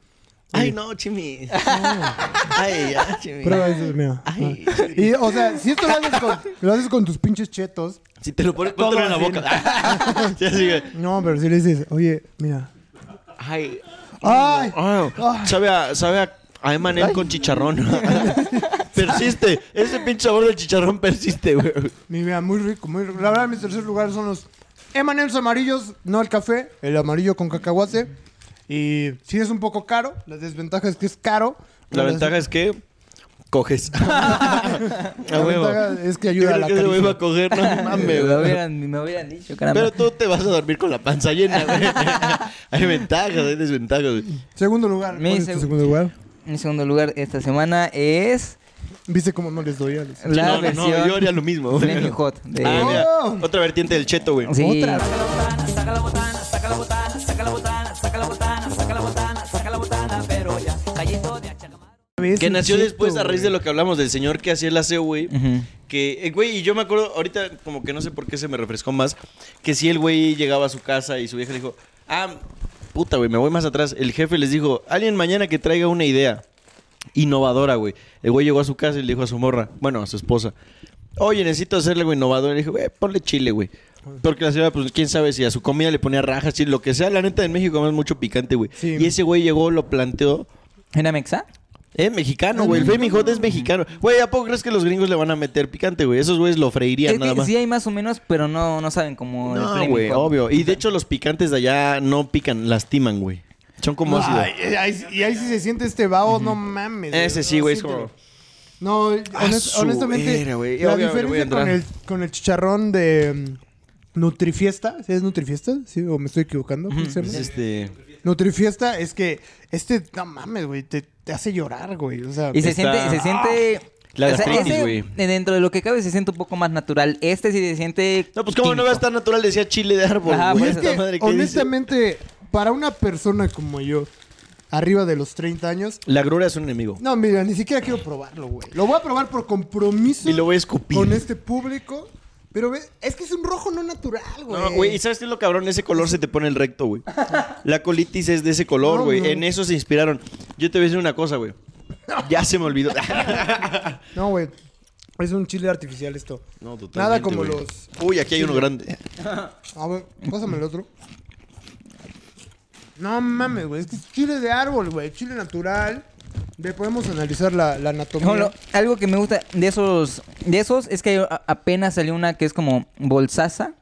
S3: Ay, no, Chimi.
S1: Ah.
S3: *laughs* Ay, ya, Chimi.
S1: prueba eso, mira. ah.
S3: Ay.
S1: Y, o sea, si esto lo haces con, lo haces con tus pinches chetos,
S3: Si te lo pones, póntelo en la
S1: así,
S3: boca. *laughs* Ya así, güey.
S1: no, pero si le dices, oye, mira.
S3: Ay.
S1: ¡Ay!
S3: Ah, Sabe a, sabe a, a M&M con chicharrón. *laughs* persiste. Ese pinche sabor del chicharrón persiste, güey.
S1: Mi vida, muy rico, muy rico. La verdad, mis tercer lugar son los M&M's amarillos, no el café, el amarillo con cacahuate. Y sí es un poco caro, la desventaja es que es caro.
S3: La
S1: Pero
S3: ventaja es que *laughs* coges.
S1: la ventaja es que ayuda a
S3: *laughs*
S1: la
S3: que se vuelva a
S1: caricia.
S3: coger,
S1: *laughs*
S3: no
S2: me,
S3: *laughs* mames,
S2: lo
S3: güey.
S2: hubieran, me hubieran dicho, caramba.
S3: Pero tú te vas a dormir con la panza llena, güey. *laughs* hay ventajas, hay desventajas, güey.
S1: Segundo lugar,
S2: Mi
S1: ¿cuál es tu
S2: seg-
S1: segundo lugar?
S2: En segundo lugar esta semana es
S1: ¿Viste cómo no les doy a los...
S3: Sí,
S2: la
S3: no, no, no,
S2: versión
S3: yo haría lo mismo, güey.
S2: Flaming Hot. De...
S3: Ah, mira,
S1: Oh.
S3: otra vertiente del cheto, güey.
S2: sí.
S1: Otra.
S4: Saca la botana, saca la botana, saca la botana, saca la botana, saca la botana, saca la botana, pero ya, callito de achagamar.
S3: Que nació después a raíz de lo que hablamos del señor que hacía el aseo, güey.
S2: Ujú.
S3: Que, eh, güey, y yo me acuerdo, ahorita como que no sé por qué se me refrescó más, que si el güey llegaba a su casa y su vieja le dijo, ah, puta, güey, me voy más atrás. El jefe les dijo, alguien mañana que traiga una idea innovadora, güey. El güey llegó a su casa y le dijo a su morra, bueno, a su esposa, oye, necesito hacerle algo innovador. Y le dijo, güey, ponle chile, güey. Porque la señora, pues, quién sabe si a su comida le ponía rajas, chile, lo que sea. La neta, en México más mucho picante, güey.
S1: Sí.
S3: Y ese güey llegó, lo planteó.
S2: ¿Era Mexa?
S3: Es Eh, mexicano, güey. El Flaming Hot es mexicano. Güey, ¿a poco crees que los gringos le van a meter picante, güey? Esos güeyes lo freirían
S2: Es
S3: nada
S2: que
S3: más.
S2: sí hay más o menos, pero no, no saben cómo el
S3: no,
S2: Flaming
S3: güey,
S2: Hot.
S3: obvio. Y de hecho, los picantes de allá no pican, lastiman, güey. Son como ácido.
S1: Ay, eh, ahí- y ahí sí se siente este vaho, no mames.
S3: Ese sí, güey, es como. Ah,
S1: No, honest-
S3: su
S1: honestamente,
S3: vera, güey.
S1: la
S3: Obvio, le voy a
S1: diferencia con
S3: entrar.
S1: el, con el chicharrón de, mm, Nutrifiesta, ¿sí ¿es Nutrifiesta? ¿Sí? ¿O me estoy equivocando? ¿Cómo se llama?
S3: Es este.
S1: Nutrifiesta es que este, no mames, güey, te, te hace llorar, güey. O sea,
S2: Y se
S3: Está-
S2: siente, se siente.
S3: La gastritis,
S2: ese,
S3: güey.
S2: dentro de lo que cabe se siente un poco más natural. Este sí se siente.
S3: No, pues cómo no va a
S2: químico.
S3: estar natural, decía chile de árbol.
S2: Ajá,
S3: güey.
S2: por
S1: Y es
S2: eso.
S1: que,
S3: Esta ah, pues, madre que dice.
S1: honestamente, para una persona como yo, arriba de los 30 años,
S3: La grura es un enemigo.
S1: no, mira, ni siquiera quiero probarlo, güey. Lo voy a probar por compromiso
S3: Y lo voy a escupir.
S1: con este público. Pero ve, es que es un rojo no natural, güey.
S3: No, güey, ¿y sabes qué es lo cabrón? Ese color se te pone el recto, güey. La colitis es de ese color,
S1: No,
S3: güey.
S1: no.
S3: En eso se inspiraron. Yo te voy a decir una cosa, güey. Ya se me olvidó. *laughs*
S1: No, güey. Es un chile artificial esto.
S3: No, totalmente,
S1: Nada como
S3: güey.
S1: los.
S3: Uy, aquí hay uno grande.
S1: A ver, pásame el otro. No mames, güey. Es que es chile de árbol, güey. Chile natural. Le podemos analizar la, la anatomía.
S2: Por ejemplo, algo que me gusta de esos, de esos es que a- apenas salió una que es como bolsaza,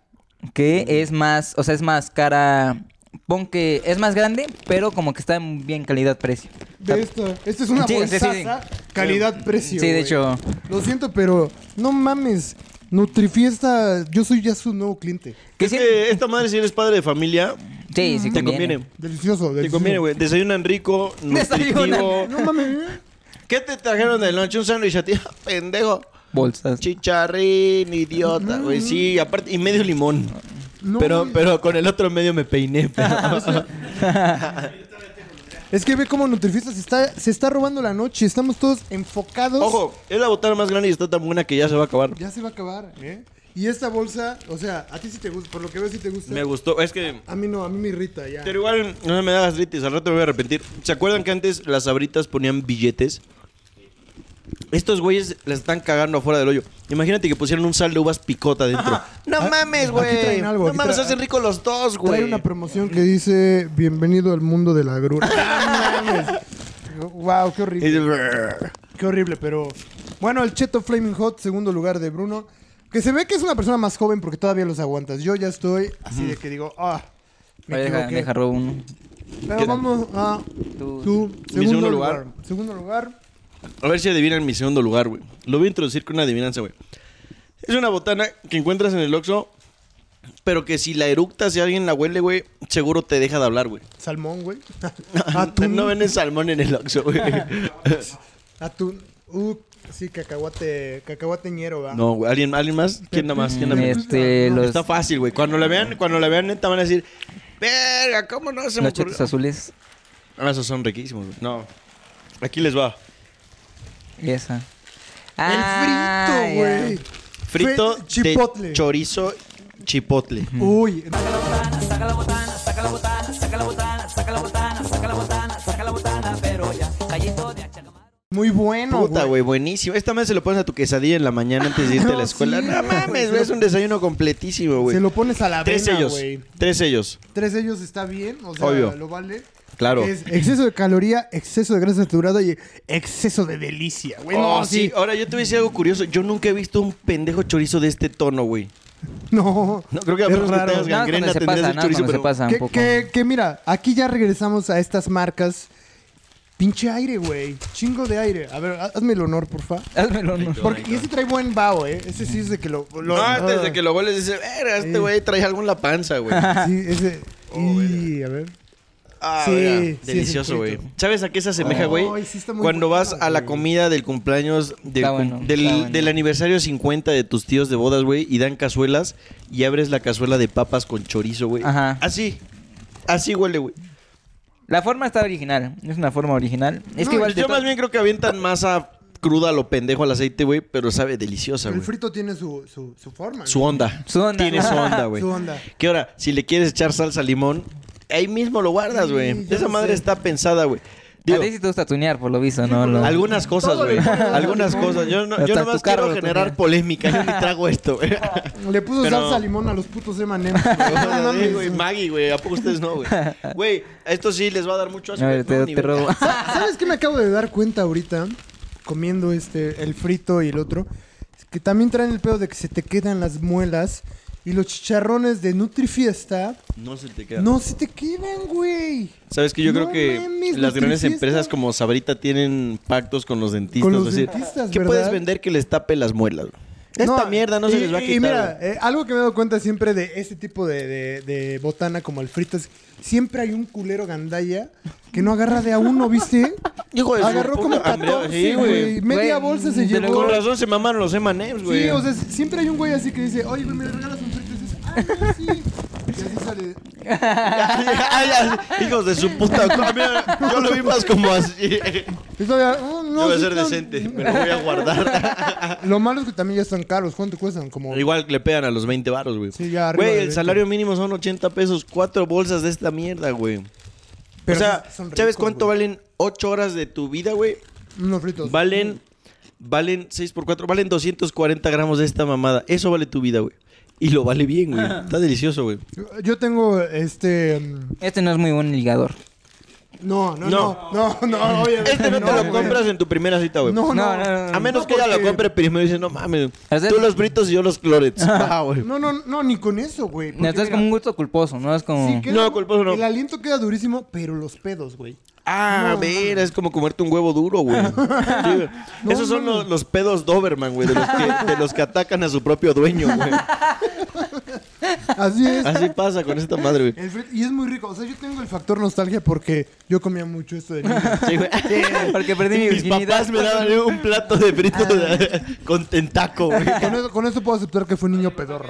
S2: que es más, o sea, es más cara, pon que es más grande, pero como que está en bien calidad-precio.
S1: De esto. Esta es una
S2: Sí, sí, sí, sí.
S1: bolsaza. Calidad-precio.
S2: Sí, de
S1: güey.
S2: hecho.
S1: Lo siento, pero no mames. Nutrifiesta, yo soy ya su nuevo cliente.
S2: Que
S3: Es
S2: sí-
S3: que esta madre, si eres padre de familia,
S2: sí, sí,
S3: te este conviene.
S1: Delicioso,
S3: Te
S1: delicioso.
S3: conviene, güey. Desayunan rico, nutritivo.
S2: Desayunan.
S1: No mames.
S3: ¿Qué te trajeron de noche? Un sándwich a ti, *laughs* pendejo.
S2: Bolsas.
S3: Chicharrín, idiota, güey. Sí, aparte, y medio limón.
S1: No,
S3: pero,
S1: mames.
S3: pero con el otro medio me peiné. *laughs* pero-
S1: Es que ve cómo Nutrifiesta se está, se está robando la noche. Estamos todos enfocados.
S3: Ojo, es la botana más grande y está tan buena que ya se va a acabar.
S1: Ya se va a acabar, ¿eh? Y esta bolsa, o sea, a ti sí te gusta, por lo que veo sí te gusta.
S3: Me gustó, es que.
S1: a mí no, a mí me irrita ya.
S3: Pero igual no me da gastritis, al rato me voy a arrepentir. ¿Se acuerdan que antes las abritas ponían billetes? Estos güeyes la están cagando afuera del hoyo. Imagínate que pusieran un sal de uvas picota adentro. Ah, No mames, güey.
S1: traen algo,
S3: No
S1: aquí
S3: mames,
S1: tra-
S3: hacen ricos los dos,
S1: Trae
S3: güey.
S1: una promoción que dice, bienvenido al mundo de la grura. wow, qué
S3: Y
S1: horrible.
S3: dice, "Brr".
S1: Qué horrible, pero... Bueno, el Cheto Flaming Hot, segundo lugar de Bruno. Que se ve que es una persona más joven porque todavía los aguantas. Yo ya estoy así de que digo, ah, me
S2: Oye, deja,
S1: equivoqué.
S2: deja robo uno.
S1: Pero vamos a
S2: Tú-
S1: tu segundo,
S3: segundo
S1: lugar.
S3: lugar.
S1: Segundo lugar.
S3: A ver si adivinan mi segundo lugar, güey. Lo voy a introducir con una adivinanza, güey. Es una botana que encuentras en el Oxxo, pero que si la eructas y alguien la huele, güey, seguro te deja de hablar, güey.
S1: Salmón,
S3: *laughs*
S1: güey. Atún.
S3: No venden salmón en el Oxxo, *laughs* güey.
S1: Atún. Uh, sí, cacahuate, cacahuateñero, ¿verdad?
S3: No, güey. ¿Alguien, ¿Alguien más? ¿Quién nada más? ¿Quién nada más?
S2: Este, los,
S3: Está fácil, güey. Cuando la vean, cuando la vean, neta van a decir, verga, ¿cómo no se me
S2: los
S3: ocurrió?
S2: chetos azules.
S3: Ah, esos son riquísimos, güey. No. Aquí les va.
S2: Esa. Ah,
S1: El frito,
S2: ya.
S1: güey.
S3: Frito
S1: Fe- chipotle.
S3: de chorizo chipotle.
S1: Uy,
S4: saca la botana, saca la botana, saca la botana, saca la botana, saca la botana, saca la botana, pero ya, callito de achagamar.
S1: muy bueno,
S3: Puta, güey, buenísimo. Esta vez se lo pones a tu quesadilla en la mañana antes de irte
S1: *laughs*
S3: a
S1: No,
S3: la escuela.
S1: sí,
S3: no
S1: güey.
S3: mames, güey. Es un desayuno completísimo, güey.
S1: Se lo pones a la
S3: Tres
S1: avena,
S3: sellos.
S1: güey.
S3: Tres sellos.
S1: Tres de ellos está bien, o sea,
S3: Obvio.
S1: lo vale.
S3: Claro.
S1: Es exceso de caloría, exceso de grasa saturada y exceso de delicia, güey.
S3: Oh,
S1: no,
S3: sí.
S1: sí.
S3: Ahora, yo te voy a decir algo curioso. Yo nunca he visto un pendejo chorizo de este tono, güey.
S1: *laughs* No.
S3: No, creo que a
S1: Es
S3: menos que
S1: raro.
S3: tengas
S2: Nada,
S3: gangrena
S2: cuando se
S3: tendrías
S2: pasa,
S3: el
S2: nada,
S3: chorizo,
S2: cuando se
S3: pero...
S2: pasa un
S1: Que,
S2: poco.
S1: que- que mira, aquí ya regresamos a estas marcas. Pinche aire, güey. Chingo de aire. A ver, ha- hazme el honor, porfa.
S2: Házmelo, no.
S1: Porque y ese trae buen vaho, ¿eh? Ese sí es de que lo. lo-
S3: No, antes de que lo vuelves dices, verga, este güey trae algo en la panza, güey.
S1: *laughs* Ah. Sí, ese.
S3: *laughs* Oh,
S1: y, a ver.
S3: Ah,
S1: Sí,
S3: verga.
S1: sí, es
S3: Delicioso,
S1: un
S3: güey.
S1: frito.
S3: ¿Sabes a qué se asemeja, güey?
S1: Ay, sí está muy
S3: Cuando
S1: buena,
S3: vas a la
S1: güey.
S3: comida del cumpleaños del,
S2: Está
S3: cum-
S2: bueno,
S3: del,
S2: está bueno.
S3: del aniversario 50 de tus tíos de bodas, güey, y dan cazuelas y abres la cazuela de papas con chorizo, güey.
S2: Ajá.
S3: Así. Así huele, güey.
S2: La forma está original. Es una forma original. Es
S1: No,
S2: que igual de
S3: Yo
S2: to-
S3: más bien creo que avientan masa cruda a lo pendejo al aceite, güey, pero sabe deliciosa,
S1: El
S3: güey.
S1: frito tiene su, su, su forma. ¿no?
S3: Su onda.
S2: Su onda.
S3: Tiene su onda, güey.
S1: Su onda.
S3: Que ahora, si le quieres echar salsa limón, ahí mismo lo guardas,
S1: Sí,
S3: güey.
S1: ya
S3: Esa
S1: lo
S3: madre
S1: sé.
S3: está pensada, güey.
S2: A
S3: Digo,
S2: ti sí te gusta tunear, por lo visto, ¿no? Lo-
S3: Algunas cosas,
S1: Todo le
S3: güey.
S1: ponen
S3: Algunas
S1: limón.
S3: cosas. Yo, no,
S2: Hasta
S3: yo
S2: tu
S3: nomás
S2: carro
S3: quiero
S2: lo
S3: generar
S2: tenía.
S3: polémica. Yo ni trago
S2: *laughs*
S3: esto, güey.
S1: Le puso
S3: Pero-
S1: salsa limón a los putos
S3: *laughs*
S1: M&M's. güey. No
S3: Sí,
S1: mames.
S3: güey, Maggie, güey. ¿A poco ustedes no, güey? Güey, a esto sí les va a dar mucho asco.
S2: A ver, te,
S3: No,
S2: te
S3: ni verga.
S2: robo.
S1: ¿Sabes qué me acabo de dar cuenta ahorita? Comiendo este, el frito y el otro. Es que también traen el pedo de que se te quedan las muelas. Y los chicharrones de Nutrifiesta
S3: No se te queda.
S1: no se te quedan, güey.
S3: Sabes que yo
S1: No
S3: creo que
S1: mames,
S3: las grandes
S1: nutrifiesta.
S3: empresas como Sabrita tienen pactos con los dentistas.
S1: Con los
S3: es decir,
S1: dentistas,
S3: ¿Qué
S1: ¿verdad?
S3: puedes vender que les tape las muelas? güey? Esta mierda no se
S1: y-
S3: les va a quitar.
S1: Y mira,
S3: güey.
S1: eh, algo que me he dado cuenta siempre de este tipo de, de- de botana como el frito es siempre hay un culero gandalla que no agarra de a uno, ¿viste?
S3: Hijo de su
S1: Agarró
S3: Pues, puta
S1: como
S3: madre,
S1: 14,
S3: sí,
S1: güey.
S3: güey.
S1: Media
S2: Güey,
S1: bolsa se
S2: de
S1: llevó.
S2: luego-
S3: Con razón se mamaron los M&M's, güey.
S1: Sí, o sea, s- siempre hay un güey así que dice, oye, güey, me regalas un frito. Y dices, ah, no, sí. Y así sale.
S3: *laughs* Ay, ay, hijos de su puta. co- Mira, yo lo vi más como así. *laughs*
S1: Y todavía, "Ah, no,
S3: yo voy a
S1: sí,
S3: ser
S1: no".
S3: decente, me lo voy a
S1: *laughs*
S3: guardar.
S1: Lo malo es que también ya están caros. ¿Cuánto cuestan? Como...
S3: Igual le pegan a los 20 baros, güey.
S1: Sí, ya arriba
S3: Güey,
S1: de
S3: el
S1: 20.
S3: salario mínimo son 80 pesos. Cuatro bolsas de esta mierda, güey.
S1: Pero
S3: o sea,
S1: sí son ricos,
S3: ¿sabes cuánto
S1: güey.
S3: valen 8 horas de tu vida, güey?
S1: Unos fritos.
S3: Valen, valen 6 por 4, valen 240 gramos de esta mamada. Eso vale tu vida, güey. Y lo vale bien, güey. Está delicioso, güey.
S1: Yo- Yo tengo este... mm,
S2: *laughs* Este no es muy buen ligador.
S1: No, no, no,
S3: No.
S1: no, no, obviamente
S3: Este no te lo
S1: güey.
S3: compras en tu primera cita, güey.
S1: No, no,
S2: No, no,
S1: no,
S2: no,
S3: A menos que ella lo
S1: porque-
S3: compre primero y dice, no mames,
S2: Hacer-
S3: tú los britos y yo los clorets. Ah, güey.
S1: no, no, ni con eso, güey. porque
S2: No, esto es
S1: mira,
S2: como un gusto culposo, ¿no? Es como...
S1: sí
S2: *laughs*
S1: queda-
S3: No, culposo no.
S1: El aliento queda durísimo, pero los pedos, güey.
S3: Ah,
S1: No,
S3: mira, es como comerte un huevo duro, güey.
S1: *laughs*
S3: Sí, güey.
S1: No,
S3: Esos son
S1: no.
S3: los, los pedos Doberman, güey, de los, que, de los que atacan a su propio dueño,
S1: *laughs*
S3: güey.
S1: Así
S3: *laughs*
S1: es.
S3: Así pasa con esta madre, güey.
S1: El frit- y es muy rico. O sea, yo tengo el factor nostalgia porque yo comía mucho esto de niño.
S3: Sí, güey.
S2: Porque perdí mi
S3: Mis
S2: virginidad.
S3: papás me daban un plato de
S1: Ah,
S3: fritos con
S1: *laughs*
S3: tentaco, güey.
S1: con, eso, con eso puedo aceptar que fue un niño pedorro.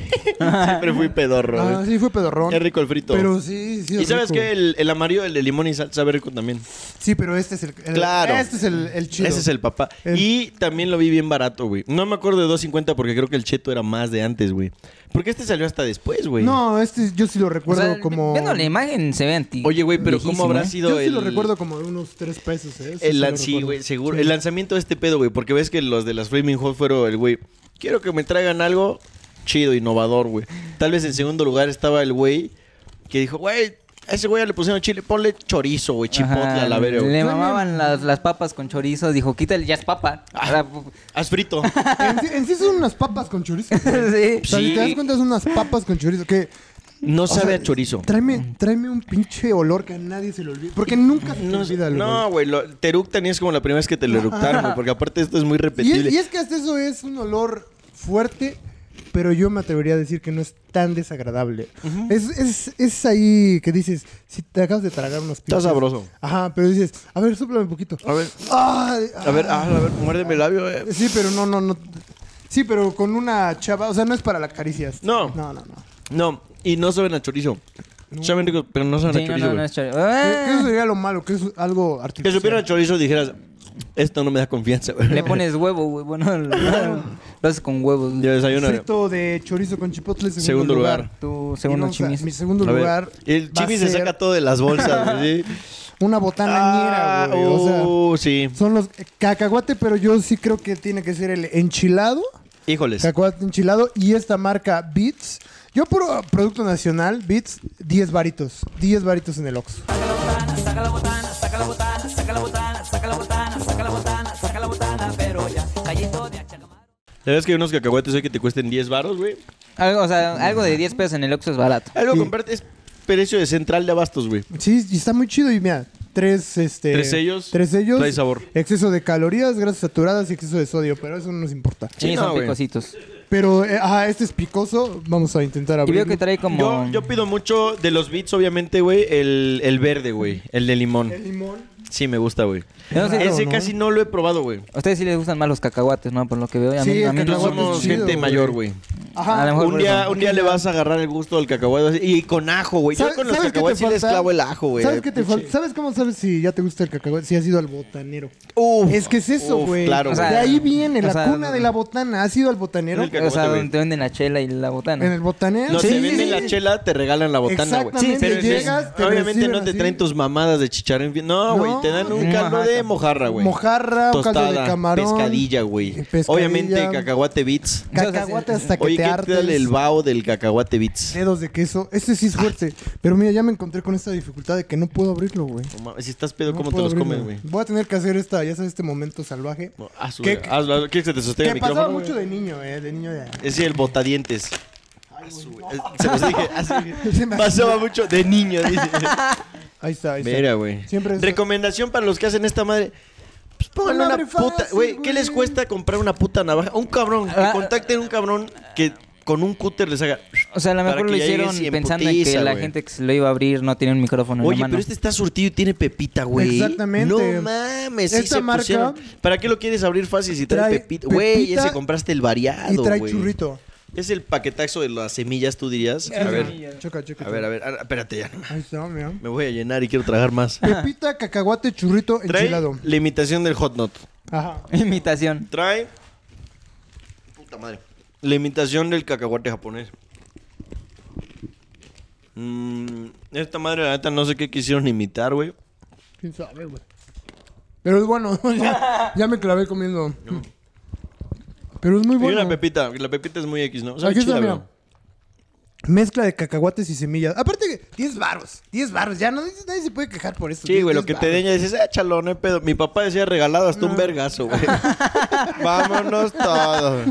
S3: Siempre fui pedorro,
S1: Ah,
S3: güey.
S1: sí, fue pedorrón.
S3: Qué rico el frito.
S1: Pero sí, sí.
S3: y
S1: es
S3: sabes
S1: rico.
S3: que el, el amarillo, el de limón y sal, sabe rico también.
S1: Sí, pero este es el. el-
S3: Claro.
S1: Este es el, el chido.
S3: Ese es el papá.
S1: El-
S3: Y también lo vi bien barato, güey. No me acuerdo de 2.50 porque creo que el cheto era más de antes, güey. Porque este salió hasta después, güey.
S1: No, este yo sí lo
S2: O
S1: recuerdo
S2: sea,
S1: como.
S2: Viendo la imagen se ve antiguo.
S3: Oye, güey, pero ¿cómo habrá sido
S1: ¿eh? Yo sí
S3: el.
S1: lo recuerdo como de unos tres pesos, ¿eh?
S3: el
S1: lo
S3: lan- sí,
S1: recuerdo.
S3: güey, seguro.
S1: Sí.
S3: El lanzamiento de este pedo, güey. Porque ves que los de las Flaming Hot fueron el güey. Quiero que me traigan algo chido, innovador, güey. Tal vez en segundo lugar estaba el güey que dijo, güey, a ese güey ya le pusieron chile, ponle chorizo, güey, chipotle a la verga, güey.
S2: ¿eh? Le mamaban las, las papas con chorizo. Dijo, quítale, ya es papa. *laughs*
S3: Ah.
S2: Ahora-
S3: Haz frito.
S1: En sí, en sí son unas papas con chorizo.
S3: *laughs*
S1: güey.
S2: sí.
S1: O sea, si
S3: Sí.
S1: te das cuenta, son unas papas con chorizo. Que,
S3: No
S1: o sea,
S3: sabe a chorizo.
S1: Tráeme, tráeme un pinche olor que a nadie se le olvide. Porque nunca se te
S3: No,
S1: olvida el
S3: no,
S1: olor.
S3: güey, lo- te eructan y es como la primera vez que te lo eructaron, güey, porque aparte esto es muy
S1: Y es,
S3: repetible.
S1: y es que hasta eso es un olor fuerte, pero yo me atrevería a decir que no es tan desagradable. es, es, es ahí que dices, si te acabas de tragar unos pinches.
S3: sabroso.
S1: Ajá, pero dices, a ver, súplame un poquito.
S3: A ver,
S1: Ay, ah,
S3: a ver, ah, a ver, muérdeme el labio. eh.
S1: Sí, pero no, no, no. Sí, pero con una chava, o sea, no es para las caricias.
S3: No.
S1: No, no, no.
S3: No, y no saben a chorizo. Saben rico, pero no saben
S2: Sí,
S3: a
S2: no,
S3: chorizo,
S2: no,
S3: güey.
S2: no es chorizo.
S1: Que que
S2: Ah.
S1: eso sería lo malo, que es algo
S3: Que
S1: artificial.
S3: supieran a chorizo dijeras, esto no me da confianza, güey. *laughs*
S2: Le pones huevo, güey. Bueno, *laughs* lo, lo haces con huevos. güey.
S3: Yo desayuno. güey.
S1: Frito de chorizo con chipotle, segundo,
S3: Segundo
S1: lugar.
S3: lugar.
S2: Tu segundo
S1: Y vamos a-
S2: chimis.
S1: Mi segundo
S3: A ver,
S1: lugar. va
S3: el
S1: a
S3: chimis se
S1: ser
S3: saca todo de las
S1: *laughs*
S3: bolsas, güey. ¿sí?
S1: Una botanañera,
S3: Ah,
S1: güey. o
S3: uh, sí.
S1: sea, son los cacahuate, pero yo sí creo que tiene que ser el enchilado.
S3: Híjoles.
S1: Cacahuate enchilado y esta marca Beats. Yo por uh, producto nacional, Beats, 10 varitos. 10 varitos en el Oxxo.
S4: Saca la botana, saca la botana, saca la botana, saca la botana, saca la botana, saca la botana, pero ya, callito de achagamar.
S3: La verdad es que hay unos cacahuetes hoy que te cuesten 10 baros, güey.
S2: Algo, o sea, algo de 10 pesos en el Oxxo es barato.
S3: Algo comprarte es precio de central de abastos, güey.
S1: Sí, y está muy chido. Y mira, tres, este,
S3: Tres sellos,
S1: Tres sellos.
S3: trae sabor.
S1: Exceso de calorías, grasas saturadas y exceso de sodio, pero eso no nos importa.
S2: Sí,
S3: Sí, no,
S2: son
S3: güey.
S2: picositos.
S1: Pero, eh, ajá, este es picoso. Vamos a intentar
S2: Y
S1: abrirlo.
S2: veo que trae como...
S3: Yo, yo pido mucho de los beats, obviamente, güey, el, el verde, güey. El de
S1: El
S3: limón.
S1: limón.
S3: Sí, me gusta, güey.
S2: Yo no sé,
S1: Claro,
S3: Ese
S1: ¿no?
S3: casi no lo he probado, güey.
S2: a ustedes sí les gustan más los cacahuates, ¿no? Por lo que veo. y A
S1: Sí,
S2: mí, a
S1: el
S2: mí no.
S3: Nosotros
S1: Cacahuate
S3: somos
S1: es chido,
S3: gente
S1: güey.
S3: mayor, güey.
S2: A lo
S1: Ajá.
S2: mejor
S3: Un
S2: por
S3: día,
S2: eso.
S3: un día le vas a agarrar el gusto al cacahuate así, y con ajo, güey. Yo
S1: ¿Sabes-
S3: con los
S1: sabes qué te
S3: cacahuates sí les
S1: falta?
S3: clavo el ajo, güey.
S1: ¿Sabes, qué te
S3: Pinche-
S1: falta? ¿Sabes cómo sabes si ya te gusta el cacahuate? Si has ido al botanero.
S3: Uf,
S1: es que es eso,
S3: uf,
S1: güey.
S3: Claro,
S2: O sea,
S1: de
S3: güey.
S1: ahí viene la
S2: o sea,
S1: cuna de la botana. ¿Has ido al botanero?
S3: El
S2: O sea,
S3: cacahuate,
S2: donde te venden la chela y la botana.
S1: ¿En el botanero?
S3: No,
S1: Sí,
S3: te
S1: sí,
S3: venden
S1: sí.
S3: la chela, te regalan la botana, güey.
S1: Exactamente,
S2: pero
S3: Sí,
S1: llegas, te
S3: obviamente
S1: reciben
S3: no te
S1: así.
S3: traen tus mamadas de chicharrón.
S1: No,
S3: No, güey, te dan
S2: de
S3: un caldo
S2: mojarra.
S3: de mojarra, güey.
S1: Mojarra, un caldo de
S3: Tostada,
S1: camarón. eh,
S3: pescadilla, güey.
S1: Pescadilla.
S3: Obviamente cacahuate beats.
S1: Cacahuate hasta que
S3: Oye,
S1: te
S3: ¿qué
S1: hartes.
S3: tal el vaho del cacahuate beats?
S1: Dedos de queso. Este sí es fuerte. Pero mira, ya me encontré con esta dificultad de que no puedo abrirlo, güey.
S3: No mames, Si estás pedo,
S1: No
S3: ¿cómo te
S1: puedo
S3: los comes,
S1: abrirlo.
S3: güey?
S1: Voy a tener que hacer esta, ya sabes, este momento salvaje.
S3: No, hazlo,
S1: ¿Qué-
S3: güey, hazlo, hazlo. ¿Quieres que te sostenga
S1: Que
S3: el
S1: pasaba
S3: micrófono?
S1: mucho de niño, eh. De niño
S3: *laughs*
S1: de...
S3: Es el botadientes. Hazlo, güey. Se los dije.
S1: *laughs*
S3: así.
S1: Se me-
S3: Pasaba mucho
S2: *laughs*
S3: de niño, dice.
S1: Ahí está, ahí está.
S3: Mira, güey.
S1: Siempre es-
S3: Recomendación para los que hacen esta madre. Pues pónganle
S1: Palabra
S3: una puta.
S1: fácil,
S3: Güey, ¿qué
S1: güey.
S3: les cuesta comprar una puta navaja? A un cabrón. Que
S2: Ah.
S3: contacten a un cabrón que con un cúter les haga.
S2: O sea, a lo
S3: Para
S2: mejor
S3: que
S2: lo
S3: ya llegues
S2: hicieron
S3: y en
S2: pensando en
S3: putiza,
S2: que la
S3: güey.
S2: gente que se lo iba a abrir no tenía un micrófono en
S3: Oye,
S2: la mano.
S3: pero
S2: *laughs*
S3: este está surtido y tiene pepita, güey.
S1: Exactamente.
S3: No mames. sí
S1: Esta
S3: se
S1: marca-
S3: pusieron- ¿Para qué lo quieres abrir fácil si trae,
S1: Trae
S3: pepita? Güey,
S1: pepita
S3: ese compraste el variado.
S1: Y trae
S3: güey.
S1: churrito.
S3: Es el paquetazo de las semillas, tú dirías. A ver,
S1: Choca, choca.
S3: a ver, a ver. ah, Espérate, ya.
S1: Ahí está,
S3: *laughs*
S1: mira.
S3: Me voy a llenar y quiero tragar más.
S1: Pepita, cacahuate, churrito, *laughs*
S3: Trae
S1: enchilado.
S3: la imitación del hot nut.
S1: Ajá.
S2: Imitación.
S3: Trae. Puta madre. La imitación del cacahuate japonés. Mm, esta madre, la neta, no sé qué quisieron imitar, güey.
S1: ¿Quién sabe, güey? Pero es bueno. *laughs* ya, ya me clavé comiendo. Pero es muy
S3: Y
S1: bueno.
S3: una pepita. La pepita es muy X, ¿no? Sabe
S1: Aquí está,
S3: chida,
S1: mira.
S3: güey.
S1: Mezcla de cacahuates y semillas. Aparte, 10 baros. 10 baros. Ya no, nadie se puede quejar por esto.
S3: Sí, güey, lo que te den ya dices, échalo, no hay pedo. Mi papá decía regalado hasta
S1: Ah.
S3: un
S1: *laughs*
S3: vergazo, güey. *laughs* Vámonos todos.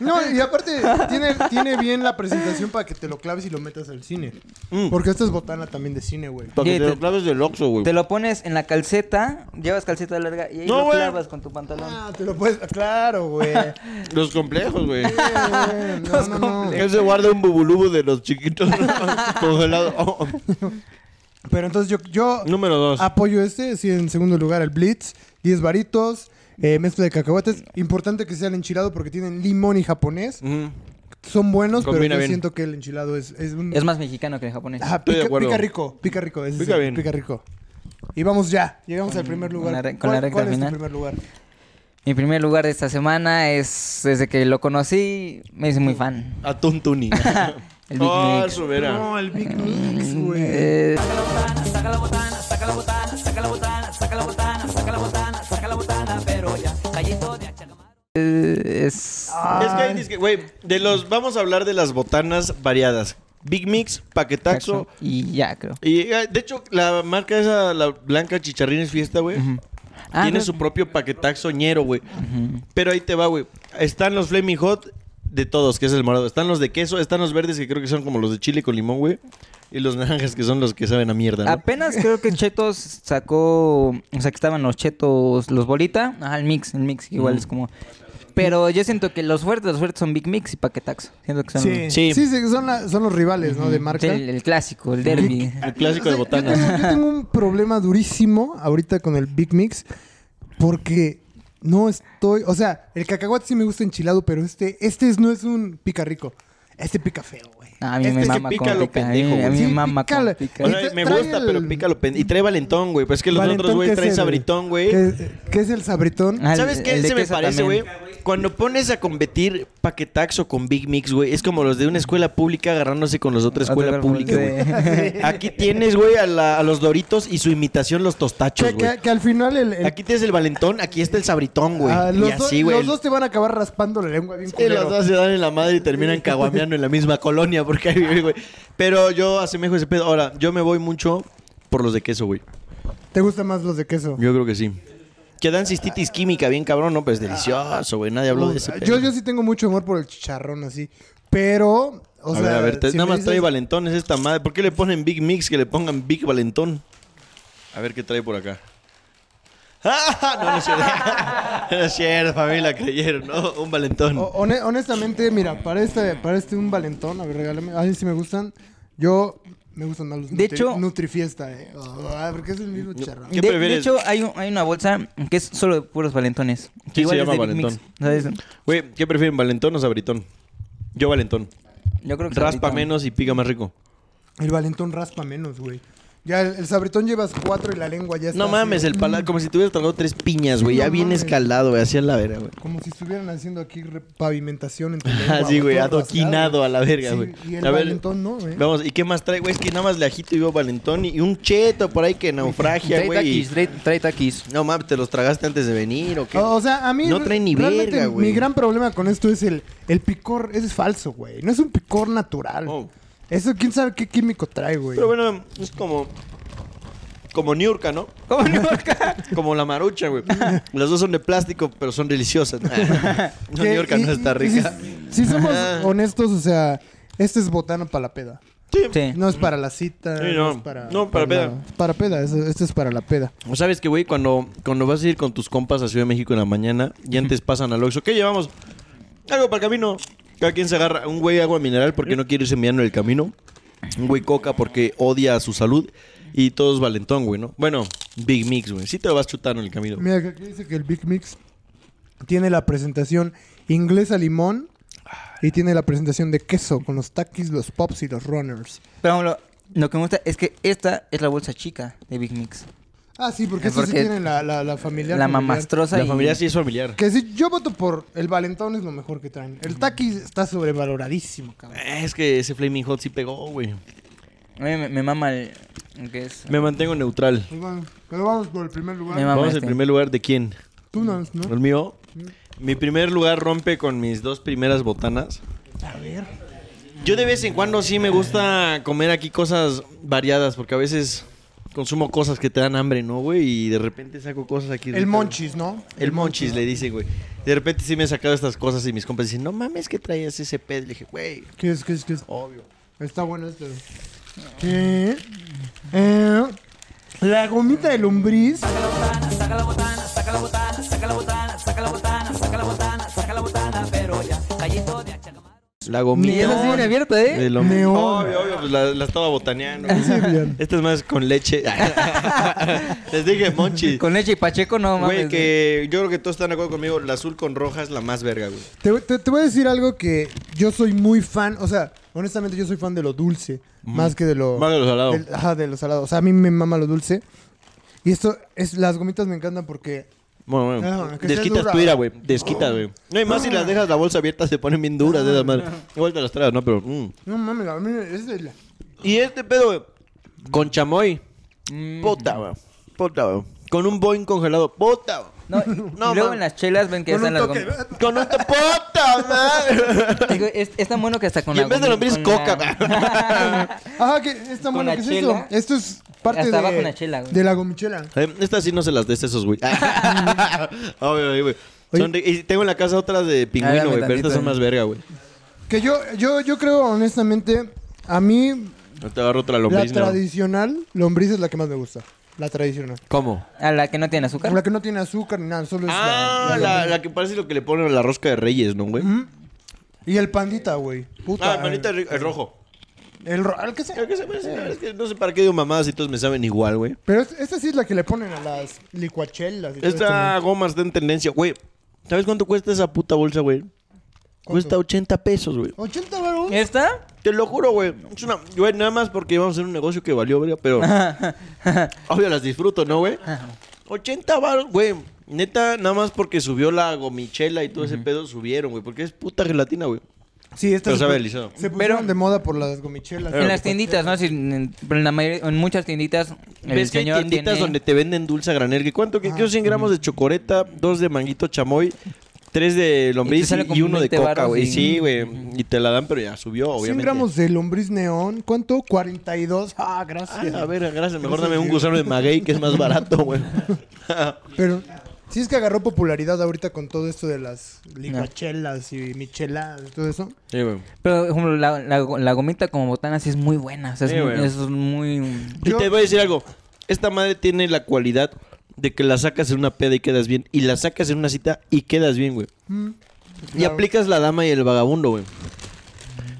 S1: No, y aparte, tiene, tiene bien la presentación para que te lo claves y lo metas al cine.
S3: Mm.
S1: Porque esta es botana también de cine, güey.
S3: Para que
S2: Sí,
S3: te
S2: te-
S3: lo claves del Oxxo, güey.
S2: Te lo pones en la calceta, llevas calceta larga y ahí
S3: No,
S2: lo
S3: güey.
S2: clavas con tu pantalón.
S1: Ah, te lo puedes. Claro,
S2: *laughs*
S1: güey. Eh,
S3: Los complejos, güey.
S1: no, no, no.
S3: *laughs* Él se guarda un bubulubu de los chiquitos *laughs* congelado. Oh, oh. Ah,
S1: Pero entonces yo, yo
S3: Número dos.
S1: apoyo este. Sí, en segundo lugar, el Blitz. 10 varitos. eh, mezcla de cacahuates. Importante que sea el enchilado porque tienen limón y japonés.
S3: Ujú.
S1: Son buenos, pero
S3: Combina
S1: yo
S3: bien.
S1: siento que el enchilado es, es un.
S2: Es más mexicano que el japonés.
S1: Ajá,
S3: Estoy de
S1: pica,
S3: acuerdo.
S1: pica rico, pica rico. ese
S3: Pica
S1: sí,
S3: bien.
S1: Pica rico. Y vamos ya, llegamos al primer lugar.
S2: la re- con
S1: ¿Cuál,
S2: la recta
S1: cuál es
S2: final.
S1: tu primer lugar?
S2: Mi primer lugar de esta semana es desde que lo conocí, me hice muy fan.
S3: A Tuntuni.
S2: *laughs* El Big
S3: oh,
S2: Mac.
S3: su vera.
S1: el Big Mix,
S2: Eh,
S4: Saca la botana, saca la botana, saca la botana, saca la botana, saca la botana, saca la botana, pero ya, callito de achagamar.
S2: es
S3: Es que hay disque, güey, de los vamos a hablar de las botanas variadas. Big Mix, paquetaxo.
S2: y ya creo.
S3: Y eh, de hecho, la marca esa, la blanca chicharrines fiesta, güey.
S2: Ah,
S3: tiene
S2: no.
S3: su propio paquetaxo ñero, güey. Pero ahí te va, güey. Están los Flaming Hot de todos, que es el morado. Están los de queso, están los verdes que creo que son como los de chile con limón, güey. Y los naranjas que son los que saben a mierda, ¿no?
S2: Apenas creo que Chetos sacó, o sea, que estaban los Chetos, los Bolita, ajá, el mix, el mix igual
S3: Mm.
S2: es como pero yo siento que los fuertes, los fuertes son Big Mix y Paquetaxo. Siento que son
S1: Sí, sí.
S3: Sí.
S1: sí, son, la- son los rivales, ¿no? De marca.
S2: el, el clásico, el derby.
S1: Ah,
S3: El clásico de
S1: O sea, Yo *laughs*
S3: botanas.
S1: tengo, yo tengo un problema durísimo ahorita con el Big Mix porque no estoy, o sea, el cacahuate sí me gusta enchilado, pero este este es- no es un pica rico. Este pica feo, güey.
S2: Ah, A mí me
S3: Este que
S2: mama
S3: pica
S2: como
S3: lo
S2: pica. A mí,
S3: pendejo,
S2: a mí
S1: güey.
S2: me
S1: Sí,
S2: mama
S1: pica
S2: como
S1: la-
S2: pica.
S3: O sea,
S1: Entonces,
S3: me
S1: trae
S3: gusta,
S1: el-
S3: pero pica lo pendejo. Y trae valentón, güey. Pero es que los otros,
S1: Valentón,
S3: güey,
S1: ¿qué es
S3: traen
S1: el-
S3: sabritón, güey.
S1: ¿Qué, qué es el sabritón?
S2: Ah, el-
S3: ¿Sabes qué
S2: el de
S3: se me
S2: queso
S3: parece, güey?
S2: también.
S3: Cuando pones a competir paquetaxo con Big Mix, güey, es como los de una escuela pública agarrándose con los de otra escuela
S2: Otra
S3: pública, güey.
S2: escuela pública.
S3: *laughs* Aquí tienes, güey, a, la- a los doritos y su imitación, los tostachos,
S1: que,
S3: güey.
S1: que- que al final el, el-
S3: Aquí tienes el valentón, aquí está el sabritón, güey.
S1: ah,
S3: y
S1: los, dos-
S3: así, güey.
S1: los dos te van a acabar raspando la lengua bien
S3: Sí, los
S1: culero.
S3: dos se dan en la madre y terminan caguameando en la misma colonia porque ahí vive, güey. Pero yo asemejo ese pedo. Ahora, yo me voy mucho por los de queso, güey.
S1: ¿Te gustan más los de queso?
S3: Yo creo que sí. Que dan cistitis química, bien cabrón, ¿no? Pues delicioso, güey. Nadie habló de ese
S1: yo,
S3: pedo.
S1: yo sí tengo mucho amor por el chicharrón así, pero... O
S3: a
S1: sea,
S3: ver, a ver, te-
S1: si
S3: nada
S1: me
S3: más
S1: dices-
S3: trae valentones esta madre. ¿Por qué le ponen Big Mix que le pongan Big Valentón? A ver qué trae por acá. *laughs* ¡Ah! No, no es cierto. *laughs* no es cierto, familia, creyeron, ¿no? Un valentón.
S1: O- hone- honestamente, mira, para este, para este un valentón, a ver, regálame. Ay, sí me gustan. Yo me gustan más los
S2: De
S1: nutri-
S2: hecho-
S1: Nutrifiesta, eh. Ah, porque es el mismo chicharrón.
S3: ¿Qué
S2: de, de
S3: prefieres?
S2: hecho, hay, un- hay una bolsa que es solo de puros valentones. que
S3: Sí,
S2: igual
S3: se
S2: es
S3: llama
S2: de Big Mix,
S3: valentón.
S2: ¿sabes?
S3: Güey, ¿qué prefieren, valentón o sabritón? Yo valentón.
S2: Yo creo que
S3: Raspa
S2: ahorita-
S3: menos y pica más rico.
S1: El valentón raspa menos, güey. Ya el, el sabritón llevas cuatro y la lengua ya está.
S3: No
S1: así,
S3: mames, el paladar, como si tuvieras tragado tres piñas, güey.
S1: No
S3: Ya bien
S1: mames.
S3: escalado, güey, hacia la verga, güey.
S1: Como si estuvieran haciendo aquí re- pavimentación
S3: *laughs*
S1: en tu lengua,
S3: Así, Ah, güey,
S1: todo rasgado,
S3: adoquinado a la verga,
S1: Sí,
S3: güey.
S1: y el
S3: a ver,
S1: valentón no, güey.
S3: Vamos, ¿y qué más trae, güey? Es que nada más le ajito y veo valentón y un cheto por ahí que naufragia,
S2: Trae
S3: güey. y-
S2: taquis, trae, trae taquis.
S3: No mames, ¿te los tragaste antes de venir o qué?
S1: O o sea, a mí
S3: No
S1: re-
S3: trae ni
S1: realmente
S3: verga, güey.
S1: Mi gran problema con esto es el, el picor, ese es falso, güey. No es un picor natural.
S3: Oh.
S1: Eso quién sabe qué químico trae, güey.
S3: Pero bueno, es como... Como Niurka, Oh, ¿no?
S2: ¿Cómo *laughs* no? Acá.
S3: Como la marucha, güey. Las dos son de plástico, pero son deliciosas. no,
S1: Que-
S3: Niurka
S1: y-
S3: no está
S1: y- y si-
S3: rica. *laughs* Ah.
S1: Si, somos honestos, o sea, este es botana para la peda.
S3: Sí.
S2: Sí.
S1: No es para la cita.
S3: Sí,
S1: no.
S3: no.
S1: es para,
S3: No, para peda.
S1: la- para peda, eso- esto es para la peda.
S3: O sabes que, güey, cuando, cuando vas a ir con tus compas a Ciudad de México en la mañana y antes pasan al Oxxo, ¿qué llevamos? Algo para el camino. Cada quien se agarra un güey agua mineral porque no quiere irse mirando el camino. Un güey coca porque odia su salud. Y todos valentón, güey, ¿no? Bueno, Big Mix, güey. Sí te lo vas chutando en el camino.
S1: Mira, aquí dice que el Big Mix tiene la presentación inglesa limón y tiene la presentación de queso con los takis, los pops y los runners.
S2: Pero lo, lo que me gusta es que esta es la bolsa chica de Big Mix.
S1: Ah, sí, porque
S2: Eh,
S1: estos sí
S2: porque
S1: tienen la, la, la familiar.
S2: La
S1: familiar.
S2: mamastrosa
S3: La
S2: y-
S3: familia sí es familiar.
S1: Que si yo voto por el Valentón es lo mejor que traen.
S2: Mm.
S1: El Takis está sobrevaloradísimo, cabrón.
S3: Eh, Es que ese Flaming Hot sí pegó, güey.
S2: A mí me, me mama el... el que es?
S3: Me mantengo neutral.
S1: Pues bueno, pero vamos por el primer
S2: Me
S1: lugar.
S2: mama
S3: Vamos
S2: este.
S3: al primer lugar de quién.
S1: Tú no, ¿no?
S3: El mío. Mi primer lugar rompe con mis dos primeras botanas.
S1: A ver.
S3: Yo de vez en cuando sí me gusta comer aquí cosas variadas, porque a veces consumo cosas que te dan hambre, ¿no, güey? Y de repente saco cosas aquí.
S1: El
S3: ricas.
S1: Monchis, ¿no?
S3: El monchis, le dice, güey. De repente sí me he sacado estas cosas y mis compas dicen, no mames que traías ese pedo. Le dije, güey,
S1: ¿Qué es, qué es, qué es?
S3: obvio.
S1: Está bueno este. ¿Qué? Eh, la gomita de lombriz.
S4: saca la botana, saca la botana, saca la botana, saca la botana, saca la botana, saca la botana, pero ya, callito de achacamar.
S3: La gomita.
S2: Y esa sí viene abierta, ¿eh?
S3: El hombre.
S1: Neón.
S3: Obvio, obvio, pues la, la estaba botaneando.
S1: Sí,
S3: *laughs*
S1: bien.
S3: Esta Este es más
S2: *laughs*
S3: con leche. Les dije, monchis.
S2: Con leche y Pacheco, no mames.
S3: Güey, que yo creo que todos están de acuerdo conmigo. La azul con roja es la más verga, güey.
S1: Te, te- te voy a decir algo que yo soy muy fan, o sea, honestamente yo soy fan de lo dulce, más que de lo...
S3: Más de lo salado.
S1: del- ajá, de lo salado. O sea, a mí me mama lo dulce. Y esto, es, las gomitas me encantan porque...
S3: Bueno, bueno.
S1: Ah, que sea
S3: Desquitas
S1: dura.
S3: tu ira, güey. Desquitas, güey. Oh. No, y más si las dejas la bolsa abierta, se ponen bien duras de
S2: *laughs*
S3: esas madres. Igual te las traes, ¿no? Pero. mm.
S1: No mames, a mí es el-
S3: Y este pedo, güey. Con chamoy.
S2: Mm.
S3: Puta, güey. Puta, güey. Con un boing congelado. Puta, güey.
S2: No, *laughs* y
S3: No,
S2: luego
S3: mam.
S2: en las chelas ven que
S1: Con
S2: están
S1: un
S2: las
S1: toque.
S2: gomitas.
S3: Con un. ¡Puta, madre!
S2: Digo, es, es tan bueno que hasta con
S3: Y
S2: la
S3: en vez de
S2: gomi-
S3: lombriz,
S2: con
S3: coca,
S2: la-
S1: Ajá, que está
S2: Con
S1: bueno,
S2: la
S1: ¿qué es
S2: chela.
S1: eso? Esto es parte
S2: Hasta
S1: de...
S2: abajo una chela, güey.
S1: de la gomichela.
S3: Eh, Estas sí no se las des a esos,
S1: *laughs*
S3: güey. Obvio, obvio, güey.
S1: Oye.
S3: Son ri- Y tengo en la casa otras de
S2: Ah, dame
S3: pingüino, güey. Pero
S2: tantito,
S3: estas son
S2: eh.
S3: más verga, güey.
S1: Que yo, yo, yo creo, honestamente, a mí
S3: No te agarro otra
S1: la
S3: lombriz, ¿no?
S1: tradicional lombriz es la que más me gusta. La tradicional.
S3: ¿Cómo?
S2: A la que no tiene azúcar.
S1: La que no tiene azúcar ni nada, solo es Pues la- la,
S3: Ah, la,
S1: lombriz.
S3: la que parece lo que le ponen a la rosca de reyes, ¿no, güey?
S1: Y el pandita, güey. Puta.
S3: Ah, el panita ri- el rojo.
S1: El ro- al que sea.
S3: Creo que se parece, es que no sé para qué digo mamadas y todos me saben igual, güey.
S1: Pero es- esta sí es la que le ponen a las licuachelas. y todo
S3: Esta goma está en tendencia, güey. ¿Sabes cuánto cuesta esa puta bolsa, güey? Cuesta 80 pesos, güey.
S1: esto, ¿no? 80 baros.
S3: *laughs*
S2: ¿Esta?
S3: Te lo juro, güey. Es una, güey, nada más porque íbamos a hacer un negocio que valió, verga,
S1: *laughs*
S3: pero. obvio, las disfruto, ¿no, güey? 80 baros, güey. Neta, nada más porque subió la gomichela y todo ese pedo subieron, güey. Porque es puta gelatina, güey.
S1: Sí, esta
S3: Pero
S1: se
S3: sabe
S1: pu-
S3: delicioso.
S1: Se pusieron de moda por las gomichelas.
S2: En las tienditas, ¿no? Si- en, en la mayoría- en muchas tienditas. El
S3: ¿Ves que hay
S2: señor
S3: tienditas
S2: tiene- Ah,
S3: donde te venden dulce a granel? ¿Que ¿Cuánto? Que quiero 100 gramos de chocoreta, 2 de manguito chamoy, 3 de
S2: Y te
S3: lombriz
S2: sale
S3: y,
S2: como
S3: uno de
S2: 20
S3: coca,
S2: varos
S3: güey.
S2: y-
S3: Sí, güey. Y te la dan, pero ya subió,
S1: 100
S3: obviamente.
S1: gramos de lombriz neón. ¿Cuánto? 42. Ah,
S3: Ah,
S1: gracias.
S3: a ver, gracias. Mejor
S1: Gracias,
S3: dame un
S1: sí.
S3: gusano de maguey que es más
S1: *laughs*
S3: barato, güey.
S1: Pero sí es que agarró popularidad ahorita con todo esto de las licuachelas y micheladas y todo eso.
S3: sí, güey.
S2: Pero, por ejemplo, la, la, la gomita como botana sí es muy buena. O sea, es,
S3: Sí,
S2: muy,
S3: güey.
S2: es muy...
S3: Y
S1: Yo-
S3: te voy a decir algo. Esta madre tiene la cualidad de que la sacas en una peda y quedas bien. Y la sacas en una cita y quedas bien, güey.
S1: Mm.
S3: Y
S1: claro.
S3: aplicas la dama y el vagabundo, güey.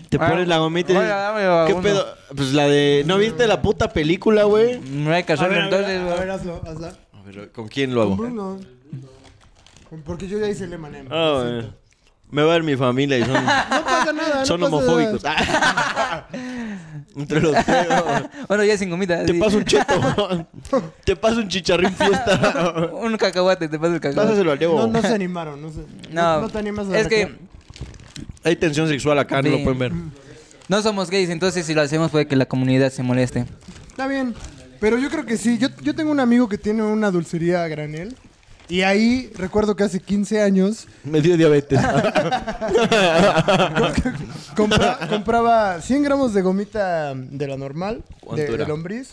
S3: Te
S2: Ah,
S3: pones la gomita y
S2: ¿cuál
S3: dices,
S2: la dama y el
S3: ¿Qué
S2: vagabundo?
S3: pedo? Pues la de... ¿No viste la puta película, güey?
S2: No hay que hacerlo entonces,
S1: a
S2: güey.
S1: ver, hazlo, hazlo.
S3: A ver, ¿con quién lo
S1: Con
S3: hago?
S1: Bruno. Porque yo ya hice el Emanem.
S3: Ah, güey. Me va a ver mi familia y son,
S1: No pasa nada. no
S3: son
S1: pasa
S3: homofóbicos.
S1: nada.
S3: *laughs* Entre los tres, güey.
S2: Bueno, ya sin gomita.
S3: Te
S2: sí.
S3: paso un cheto. te paso un
S2: *laughs*
S3: chicharrín fiesta.
S2: Un cacahuate, te paso el cacahuate.
S3: Pásaselo al Diego.
S1: No, no se animaron. No, se,
S2: No,
S1: no, te animas a
S2: es que
S1: reclamar.
S3: Hay tensión sexual acá, no
S2: Sí.
S3: lo pueden ver.
S2: no somos gays, entonces si lo hacemos puede que la comunidad se moleste.
S1: Está bien. Pero yo creo que sí. Yo, yo tengo un amigo que tiene una dulcería a granel. Y ahí recuerdo que hace 15 años
S3: Me dio diabetes. *laughs*
S1: *laughs* compra- compraba 100 gramos de gomita de la normal,
S3: ¿Cuánto
S1: de, de
S3: era?
S1: lombriz.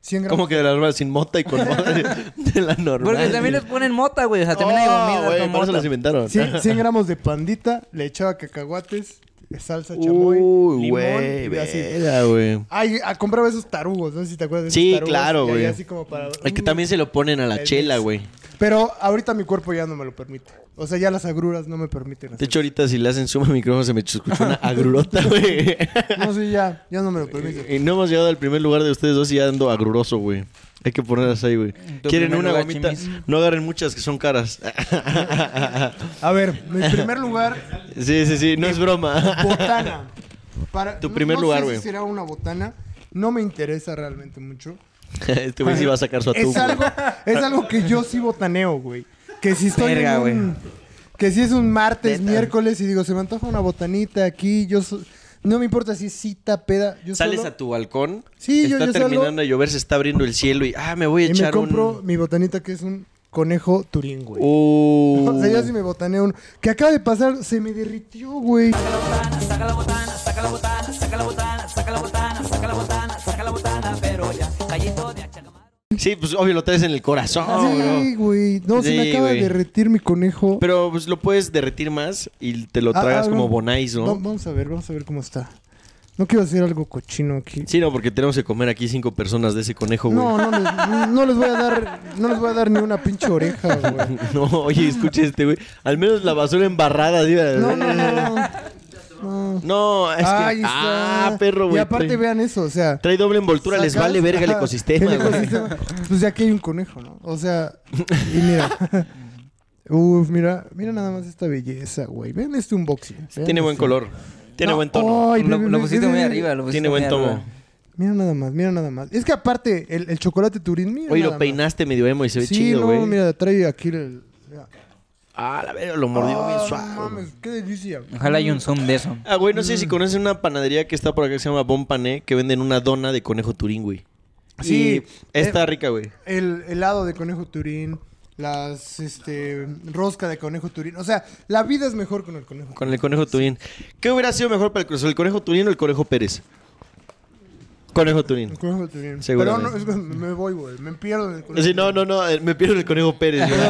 S1: 100 gramos.
S3: Como que de la normal sin mota y con mota de, *laughs* de la normal.
S2: Porque también les ponen mota, güey. O sea, también
S3: Oh,
S2: hay comida
S3: güey,
S2: con
S3: por eso
S2: mota.
S3: las inventaron.
S1: Sí, 100 gramos de pandita, le echaba cacahuates, Es salsa chamoy.
S3: Uy,
S1: limón,
S3: güey,
S1: y así.
S3: verga, güey.
S1: Ay, ah, compraba esos tarugos, no sé si te acuerdas. de esos
S3: Sí,
S1: tarugos
S3: claro,
S1: que había
S3: güey.
S1: así como para-
S3: Es que también se lo ponen a la
S1: El
S3: chela,
S1: mix.
S3: güey.
S1: Pero ahorita mi cuerpo ya no me lo permite. O sea, ya las agruras no me permiten
S3: De
S1: hacer.
S3: hecho, ahorita si le hacen suma al micrófono se me escucha una agrurota, *laughs* güey.
S1: No, sí, ya, ya no me lo
S3: *laughs*
S1: permite.
S3: y no hemos llegado al primer lugar de ustedes dos y ya ando agruroso, güey. Hay que ponerlas ahí, güey.
S2: Tu
S3: ¿Quieren
S2: primer
S3: una
S2: lugar,
S3: gomita?
S2: Chimis.
S3: No agarren muchas que son caras. *laughs*
S1: A ver, mi primer lugar,
S3: sí, sí, sí, no es broma. *laughs*
S1: botana. Para,
S3: Tu
S1: no-
S3: primer
S1: no
S3: lugar,
S1: sé
S3: güey.
S1: Si será una botana. No me interesa realmente mucho.
S3: este güey sí va a sacar su atún.
S1: Es
S3: güey.
S1: algo, es algo que yo sí botaneo, güey. Que si estoy en
S2: Verga,
S1: un-
S2: güey.
S1: Que si es un martes,
S2: Neta.
S1: miércoles y digo, se me antoja una botanita aquí, yo... so- no me importa si es cita, peda. Yo
S3: Sales
S1: solo-
S3: a tu balcón.
S1: Sí, yo-
S3: está
S1: yo salgo.
S3: terminando de llover, se está abriendo el cielo y ah, me voy a
S1: Y me
S3: echar
S1: compro
S3: un
S1: mi botanita que es un conejo turín, güey.
S3: Uh.
S1: *laughs* O sea, yo sí me botané uno. Que acaba de pasar, se me derritió, güey.
S4: Saca la botana, saca la botana, saca la botana, saca la botana, saca la botana, saca la botana, pero ya, callito de achagamar.
S3: Sí, pues obvio lo traes en el corazón,
S1: sí,
S3: bro.
S1: güey. No, se me
S3: Sí,
S1: acaba
S3: güey.
S1: de derretir mi conejo.
S3: Pero pues lo puedes derretir más y te lo
S1: Ah,
S3: tragas
S1: ah,
S3: como
S1: no.
S3: bonais, ¿no?
S1: Va- Vamos a ver, vamos a ver cómo está. No quiero hacer algo cochino aquí.
S3: Sí, no, porque tenemos que comer aquí cinco personas de ese conejo, güey.
S1: No, no les, no les voy a dar, no les voy a dar ni una pinche oreja, güey.
S3: *laughs* No, oye, escucha este, güey. Al menos la basura embarrada, así,
S1: No, no,
S3: *laughs*
S1: no. no.
S3: No, es que.
S1: Ahí está.
S3: Ah, perro, güey.
S1: Y aparte,
S3: trae,
S1: vean eso, o sea.
S3: trae doble envoltura, les
S1: sacas-
S3: vale verga
S1: *laughs*
S3: el
S1: ajá,
S3: ecosistema,
S1: el
S3: güey.
S1: ecosistema. Pues ya que hay un conejo, ¿no? O sea, y
S3: *laughs*
S1: mira. Uf, mira, mira nada más esta belleza, güey. Vean este unboxing. vean
S3: Tiene buen
S1: este.
S3: color. Tiene
S1: No, oh,
S3: buen tono.
S1: ay, ve,
S2: Lo,
S1: ve,
S2: lo
S1: ve,
S2: pusiste
S1: ve,
S2: muy
S1: ve.
S2: arriba, lo pusiste
S3: Tiene buen
S2: muy
S3: tomo.
S2: arriba.
S1: Mira nada más, mira nada más. Es que aparte, el, el chocolate turín, mira.
S3: Oye, lo
S1: nada
S3: peinaste medio emo y se
S1: más.
S3: ve
S1: Sí,
S3: chido,
S1: no,
S3: güey.
S1: mira, trae aquí el. mira.
S3: Ah, la verga, lo mordió
S1: Ah,
S3: bien
S1: no
S3: suave.
S1: mames, Mm. qué delicia.
S2: Ojalá haya un zoom de eso.
S3: Ah, güey, no sé si conocen una panadería que está por acá que se llama Bon Pané, que venden una dona de conejo turín, güey.
S1: Sí. eh,
S3: Y está rica, güey.
S1: El helado de conejo turín, las, este, rosca de conejo turín. O sea, la vida es mejor con el conejo.
S3: Con el conejo turín. ¿Qué hubiera sido mejor para el Cruz Azul, el conejo turín o el conejo Pérez? Conejo turín.
S1: El conejo turín. Pero
S3: Seguramente.
S1: no, es que me voy, güey. Me pierdo en el conejo.
S3: Sí, no, no, no, eh, me pierdo el conejo
S1: *laughs*
S3: Pérez. güey.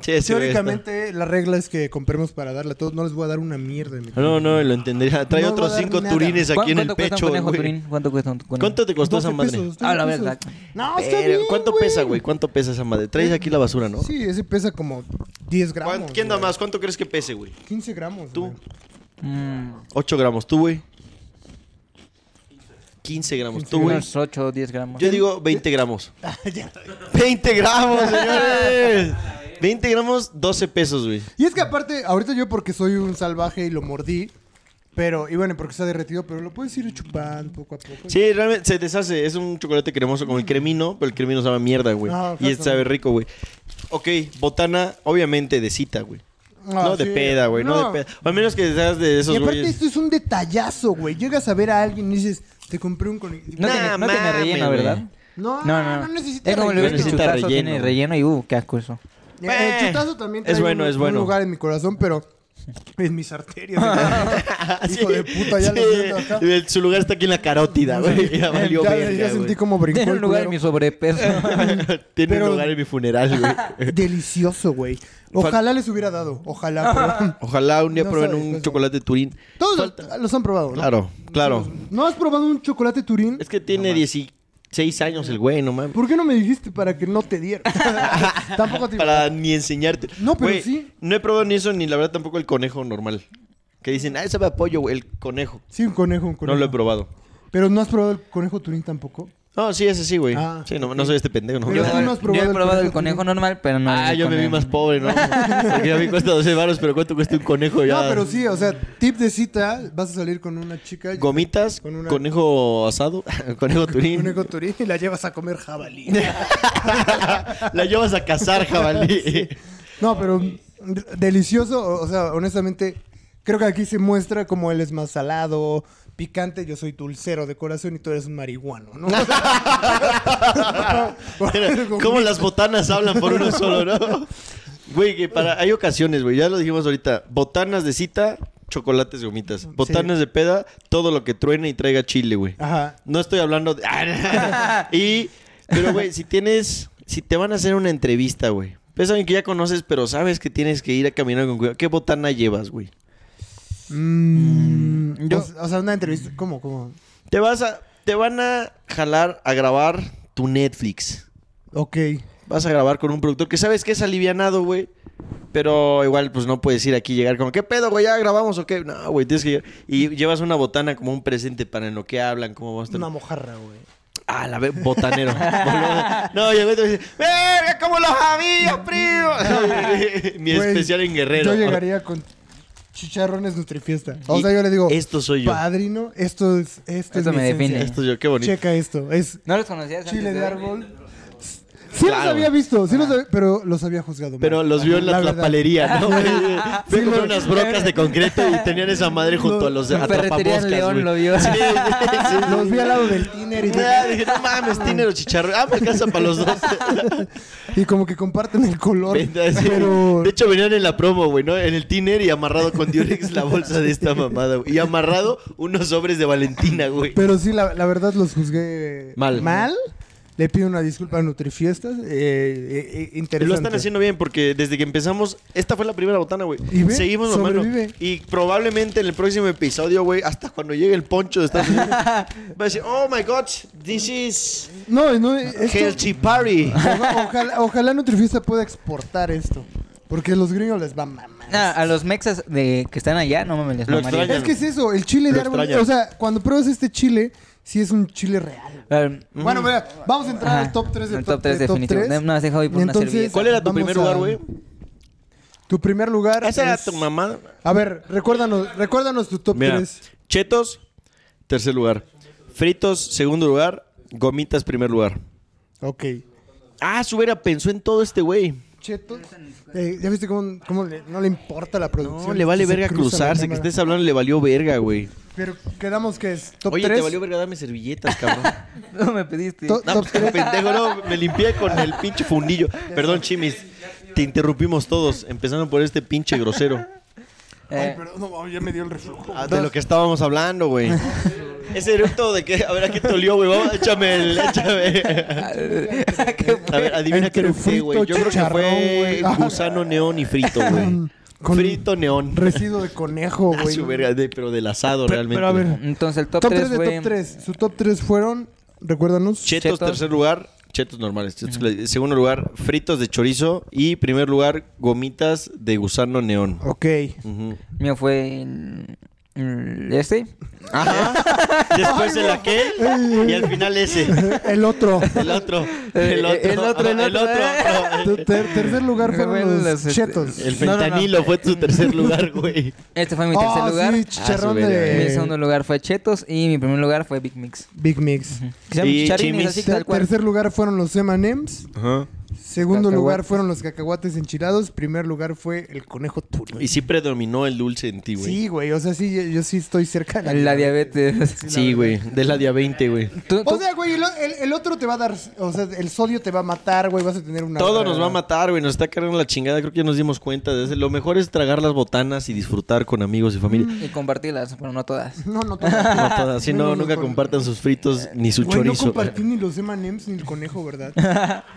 S3: Sí, ese güey está-
S1: Teóricamente, la regla es que compremos para darle a todos. No les voy a dar una mierda. en mi-
S3: No, no, lo entendería. Trae
S1: No
S3: otros
S1: voy a dar
S3: cinco
S1: nada.
S3: turines
S2: ¿Cuán-
S3: aquí en el
S2: ¿Cuánto cuesta un
S3: pecho,
S2: conejo,
S3: güey.
S2: Turín? ¿Cuánto cuesta un conejo?
S3: ¿Cuánto te costó
S1: 12
S3: esa madre?
S1: pesos, 12
S2: Ah, la
S1: pesos.
S2: verdad.
S1: No, está
S3: Pero,
S1: bien,
S3: ¿Cuánto
S1: güey.
S3: pesa, güey? ¿Cuánto pesa esa madre? Traes aquí la basura, ¿no?
S1: Sí, ese pesa como 10 gramos.
S3: ¿Cuán- ¿Quién da
S1: güey.
S3: más? ¿Cuánto crees que pese, güey?
S1: 15 gramos.
S3: Tú.
S1: güey.
S2: Mm,
S3: 8 gramos. ¿Tú, güey? 15 gramos. ¿Tú, güey?
S2: unos 8 o 10 gramos.
S3: Yo digo
S1: *laughs*
S3: 20 gramos.
S1: Ah, Ya. *laughs*
S3: 20 gramos, señores. 20 gramos, 12 pesos, güey.
S1: Y es que aparte, ahorita yo porque soy un salvaje y lo mordí. Pero, y bueno, porque se ha derretido, pero lo puedes ir chupando poco a poco.
S3: Sí, realmente se deshace. Es un chocolate cremoso como el cremino, pero el cremino sabe a mierda, güey.
S1: Ah,
S3: y este
S1: exacto.
S3: sabe rico, güey. Ok, botana, obviamente de cita, güey.
S1: Ah,
S3: no de
S1: sí.
S3: peda, güey. No.
S1: No.
S3: de peda. O al menos que seas de
S1: Y
S3: esos
S1: aparte,
S3: güeyes.
S1: esto es un detallazo, güey. Llegas a ver a alguien y dices, te compré un conejo.
S2: No,
S3: Nah,
S2: tiene, no tiene
S3: mames,
S2: relleno,
S3: güey.
S2: ¿verdad?
S1: No,
S2: No, no, no.
S1: necesita
S2: es como le
S1: relleno.
S2: ves en
S3: relleno.
S2: su
S3: Necesita
S2: caso,
S3: relleno.
S2: tiene relleno y uh, qué asco eso.
S1: Eh,
S3: Eh,
S1: el chutazo también
S3: es
S1: trae
S3: bueno,
S1: un,
S3: es bueno.
S1: un lugar en mi corazón, pero en mis
S3: *laughs*
S1: arterias. *laughs* Hijo de puta, ya
S3: Sí,
S1: lo siento acá.
S3: el- Su lugar está aquí en la carótida, güey. *laughs* Ya valió
S1: ya,
S3: verga,
S1: ya
S3: güey.
S1: sentí
S3: *laughs*
S1: como brincó
S2: Tiene un
S1: el
S2: lugar en
S1: culero.
S2: mi sobrepeso.
S3: Tiene
S1: Pero-
S3: lugar en mi funeral, güey.
S1: Delicioso, güey. Ojalá les hubiera dado. Ojalá. pero-
S3: *laughs* *laughs* Ojalá un día
S1: No
S3: prueben
S1: sabes,
S3: un
S1: no sabes.
S3: chocolate Turín.
S1: Todos
S3: Falta-
S1: los han probado, ¿no?
S3: Claro, claro.
S1: ¿No has probado un chocolate turín?
S3: Es que tiene 16 años el güey, no mames.
S1: ¿Por qué no me dijiste para que no te
S3: *laughs*
S1: diera? Tampoco te
S3: Para ni enseñarte.
S1: No, pero
S3: Güey,
S1: sí.
S3: No he probado ni eso, ni la verdad tampoco el conejo normal. Que dicen, ah, sabe a pollo, güey, el conejo.
S1: Sí, un conejo, un conejo.
S3: No lo he probado.
S1: Pero no has probado el conejo turín tampoco.
S3: No, sí, ese sí, güey.
S1: Ah,
S3: sí, no,
S1: ok.
S3: no soy este pendejo, no.
S1: Pero
S2: yo,
S1: tú no has probado
S2: yo he
S1: el
S2: probado el
S1: conejo
S2: conejo normal, pero no.
S3: *laughs* ah,
S2: el
S3: yo me vi
S2: conejo.
S3: más
S1: *laughs*
S3: pobre, ¿no? Porque a mí cuesta 12 baros, pero ¿cuánto cuesta un conejo ya?
S1: No, pero sí, o sea, tip de cita, vas a salir con una chica.
S3: Gomitas,
S1: Con una-
S3: conejo asado, *laughs* conejo turín.
S1: Conejo turín y la llevas a comer jabalí. *laughs*
S3: *laughs* La llevas a cazar,
S1: *laughs*
S3: jabalí. *laughs*
S1: No, pero mm, d- delicioso, o o sea, honestamente, creo que aquí se muestra como él es más salado, picante, yo soy dulcero de corazón y tú eres un marihuano,
S3: *laughs*
S1: ¿no? *laughs*
S3: Mira, ¿Cómo las botanas hablan por uno
S1: *laughs*
S3: solo, no? Güey, que para, hay ocasiones, güey, ya lo dijimos ahorita. Botanas de cita, chocolates, gomitas. Botanas de peda, todo lo que truene y traiga chile, güey.
S1: Ajá.
S3: No estoy
S1: *laughs*
S3: hablando de... *laughs* Ah, no. y... Pero, güey, si tienes... Si te van a hacer una entrevista, güey. Pues, Es alguien que ya conoces, pero sabes que tienes que ir a caminar con cuidado. ¿Qué botana llevas, güey?
S1: Mm,
S2: Mm, yo-
S1: o, o sea, una entrevista, ¿cómo? ¿Cómo?
S3: Te vas a. Te van a jalar a grabar tu Netflix.
S1: Ok.
S3: Vas a grabar con un productor que sabes que es alivianado, güey. Pero igual, pues no puedes ir aquí y llegar como, ¿qué pedo, güey? ¿Ya grabamos o qué? No, güey, tienes que llegar. Y llevas una botana como un presente para en lo que hablan, cómo vas a estar.
S1: Una mojarra, güey.
S3: Ah, la ve, botanero. *laughs* no, llegó y te dice, ¡verga, cómo los había, *laughs* primo! Mi
S1: Güey,
S3: especial en Guerrero.
S1: Yo llegaría con chicharrones Nutrifiesta. O sea, yo le digo,
S3: Esto soy yo.
S1: padrino, esto es, esto es
S2: Esto
S1: mi
S2: me define.
S1: esencia.
S3: Esto yo, qué bonito.
S1: Checa esto, es
S2: ¿No los conocías? antes
S1: chile de
S2: hoy?
S1: árbol. Sí los
S3: Claro.
S1: había visto, sí los había, pero los había juzgado. mal.
S3: Pero los vio en la,
S1: verdad.
S3: tlapalería, ¿no? Güey? Fue
S1: Sí,
S3: con
S1: lo-
S3: unas brocas de concreto y tenían esa madre junto a los
S2: En Ferretería en
S3: atrapaboscas,
S2: León
S3: güey.
S2: lo vio.
S3: Sí, sí,
S1: *laughs* Los vi al lado del tiner y,
S3: Ah, dije, no mames, tiene los chicharros. Ah, me alcanza para los dos.
S1: y como que comparten el color.
S3: Venta, sí.
S1: Pero
S3: De hecho, venían en la promo, güey, ¿no? En el tiner y amarrado con Durex la bolsa de esta mamada, güey. Y amarrado unos sobres de Valentina, güey.
S1: Pero sí, la, la verdad los juzgué
S3: Mal.
S1: mal. Le pido una disculpa a Nutrifiestas. Eh, eh, eh, interesante.
S3: Lo están haciendo bien porque desde que empezamos, esta fue la primera botana, güey.
S1: Y ve,
S3: Seguimos nombrando.
S1: sobrevive.
S3: Y probablemente en el próximo episodio, güey, hasta cuando llegue el poncho de Estados
S1: *laughs*
S3: Unidos, va a decir, oh my god, this is
S1: No, no, eh, esto- *laughs*
S3: healthy party.
S1: oja- ojalá, ojalá Nutrifiesta pueda exportar esto. Porque a los gringos les va mamar.
S2: Ah, a los mexas de, que están allá, no mames, les
S3: Lo
S2: mamaría. *laughs*
S3: extraño.
S1: es que es eso, el chile de
S3: Lo
S1: árbol.
S3: extrañan.
S1: O sea, cuando pruebas este chile, sí es un chile real.
S2: Um,
S1: Bueno, mira, vamos a entrar
S2: Ajá.
S1: al top 3 de
S2: Al top tres definitivo. No, has dejado ir por una servilleta.
S3: ¿Cuál era tu primer lugar, güey?
S1: Tu primer lugar.
S3: Esa era
S1: es-
S3: tu mamada.
S1: A ver, recuérdanos, recuérdanos tu top
S3: Mira,
S1: 3.
S3: chetos, tercer lugar. Fritos, segundo lugar. Gomitas, primer lugar.
S1: Ok.
S3: Ah, Subera pensó en todo este güey.
S1: Chetos. Eh, ¿Ya viste cómo, cómo le- no le importa la producción?
S3: No, le vale
S1: Que se
S3: verga
S1: cruza la
S3: cruzarse. Que
S1: cámara.
S3: estés hablando le valió verga, güey.
S1: Pero quedamos que es top
S3: Oye,
S1: 3.
S3: te valió verga darme
S1: *laughs*
S3: servilletas, cabrón.
S2: No me pediste.
S1: To-
S3: No,
S1: top
S3: *laughs* pues, qué
S1: tres.
S3: pendejo, no, me limpié con el pinche fundillo. Perdón, Chimis, te interrumpimos todos, empezando por este pinche grosero.
S2: Eh,
S1: ya me dio el reflujo.
S3: Ah, de lo que estábamos hablando, güey. Ese eructo de que, a ver, ¿a qué te olió, güey? Vamos, Échame el, échame.
S2: ¿qué fue?
S3: *laughs* A ver, adivina qué
S1: Entre
S3: eructé, güey.
S1: frito,
S3: Yo creo que fue
S1: chicharrón, güey.
S3: gusano neón y frito, güey.
S1: *laughs* Con-
S3: Frito neón.
S1: *laughs* Residuo de conejo,
S3: Ah,
S1: güey.
S3: su verga, de- pero del asado realmente.
S1: Pero a ver,
S2: Entonces el top,
S1: top
S2: 3
S1: 3 de
S2: fue...
S1: top 3. Su top 3 fueron, recuérdanos.
S3: Chetos,
S2: Chetos.
S3: tercer lugar. Chetos normales. Chetos cla- Segundo lugar, fritos de chorizo. Y primer lugar, gomitas de gusano neón.
S1: Ok. *laughs*
S3: Ujú.
S2: Mío fue... el- el- Este.
S3: Ajá. Después el aquel y al final ese.
S1: El otro.
S3: El otro.
S2: Eh,
S3: El otro.
S2: el otro, el
S3: ajá,
S2: otro,
S1: Tu ter- tercer lugar fueron los
S2: este-
S1: chetos.
S3: El
S2: No, no, no.
S3: fentanilo fue tu tercer lugar, güey.
S2: Este fue mi tercer
S1: Ah,
S2: lugar.
S1: sí, chicharrón
S3: Ah, su verga.
S2: Mi segundo
S1: de
S2: lugar fue Chetos y mi primer lugar fue Big Mix.
S1: Big Mix.
S2: Que se llaman
S3: Y
S2: chicharrines,
S3: chimis.
S2: así,
S1: Ter-
S2: tal cual.
S1: tercer lugar fueron los M&M's.
S3: Ajá.
S1: Segundo lugar
S2: Cacahuates.
S1: fueron los cacahuates enchilados. Primer lugar fue el conejo turno.
S3: Y sí predominó el dulce en ti, güey.
S1: Sí, güey. O sea, sí, yo, yo sí estoy cerca de la,
S2: La diabetes.
S3: Sí, güey. De la día 20, güey.
S2: Tú-
S1: O
S2: tú-
S1: sea, güey, el, el- el otro te va a dar... O sea, el sodio te va a matar, güey. Vas a tener una...
S3: Todo nos va a matar, güey. Nos está cargando la chingada. Creo que ya nos dimos cuenta. de eso. Lo mejor es tragar las botanas y disfrutar con amigos y familia.
S2: Y compartirlas, pero no todas.
S1: No, no.
S3: *laughs* No, todas. Si no,
S1: Menos
S3: nunca
S1: los con- Eh,
S3: compartan sus fritos ni su
S1: Güey, no
S3: chorizo.
S1: compartí ni los M&M's ni el conejo,
S3: *laughs*
S1: ¿verdad?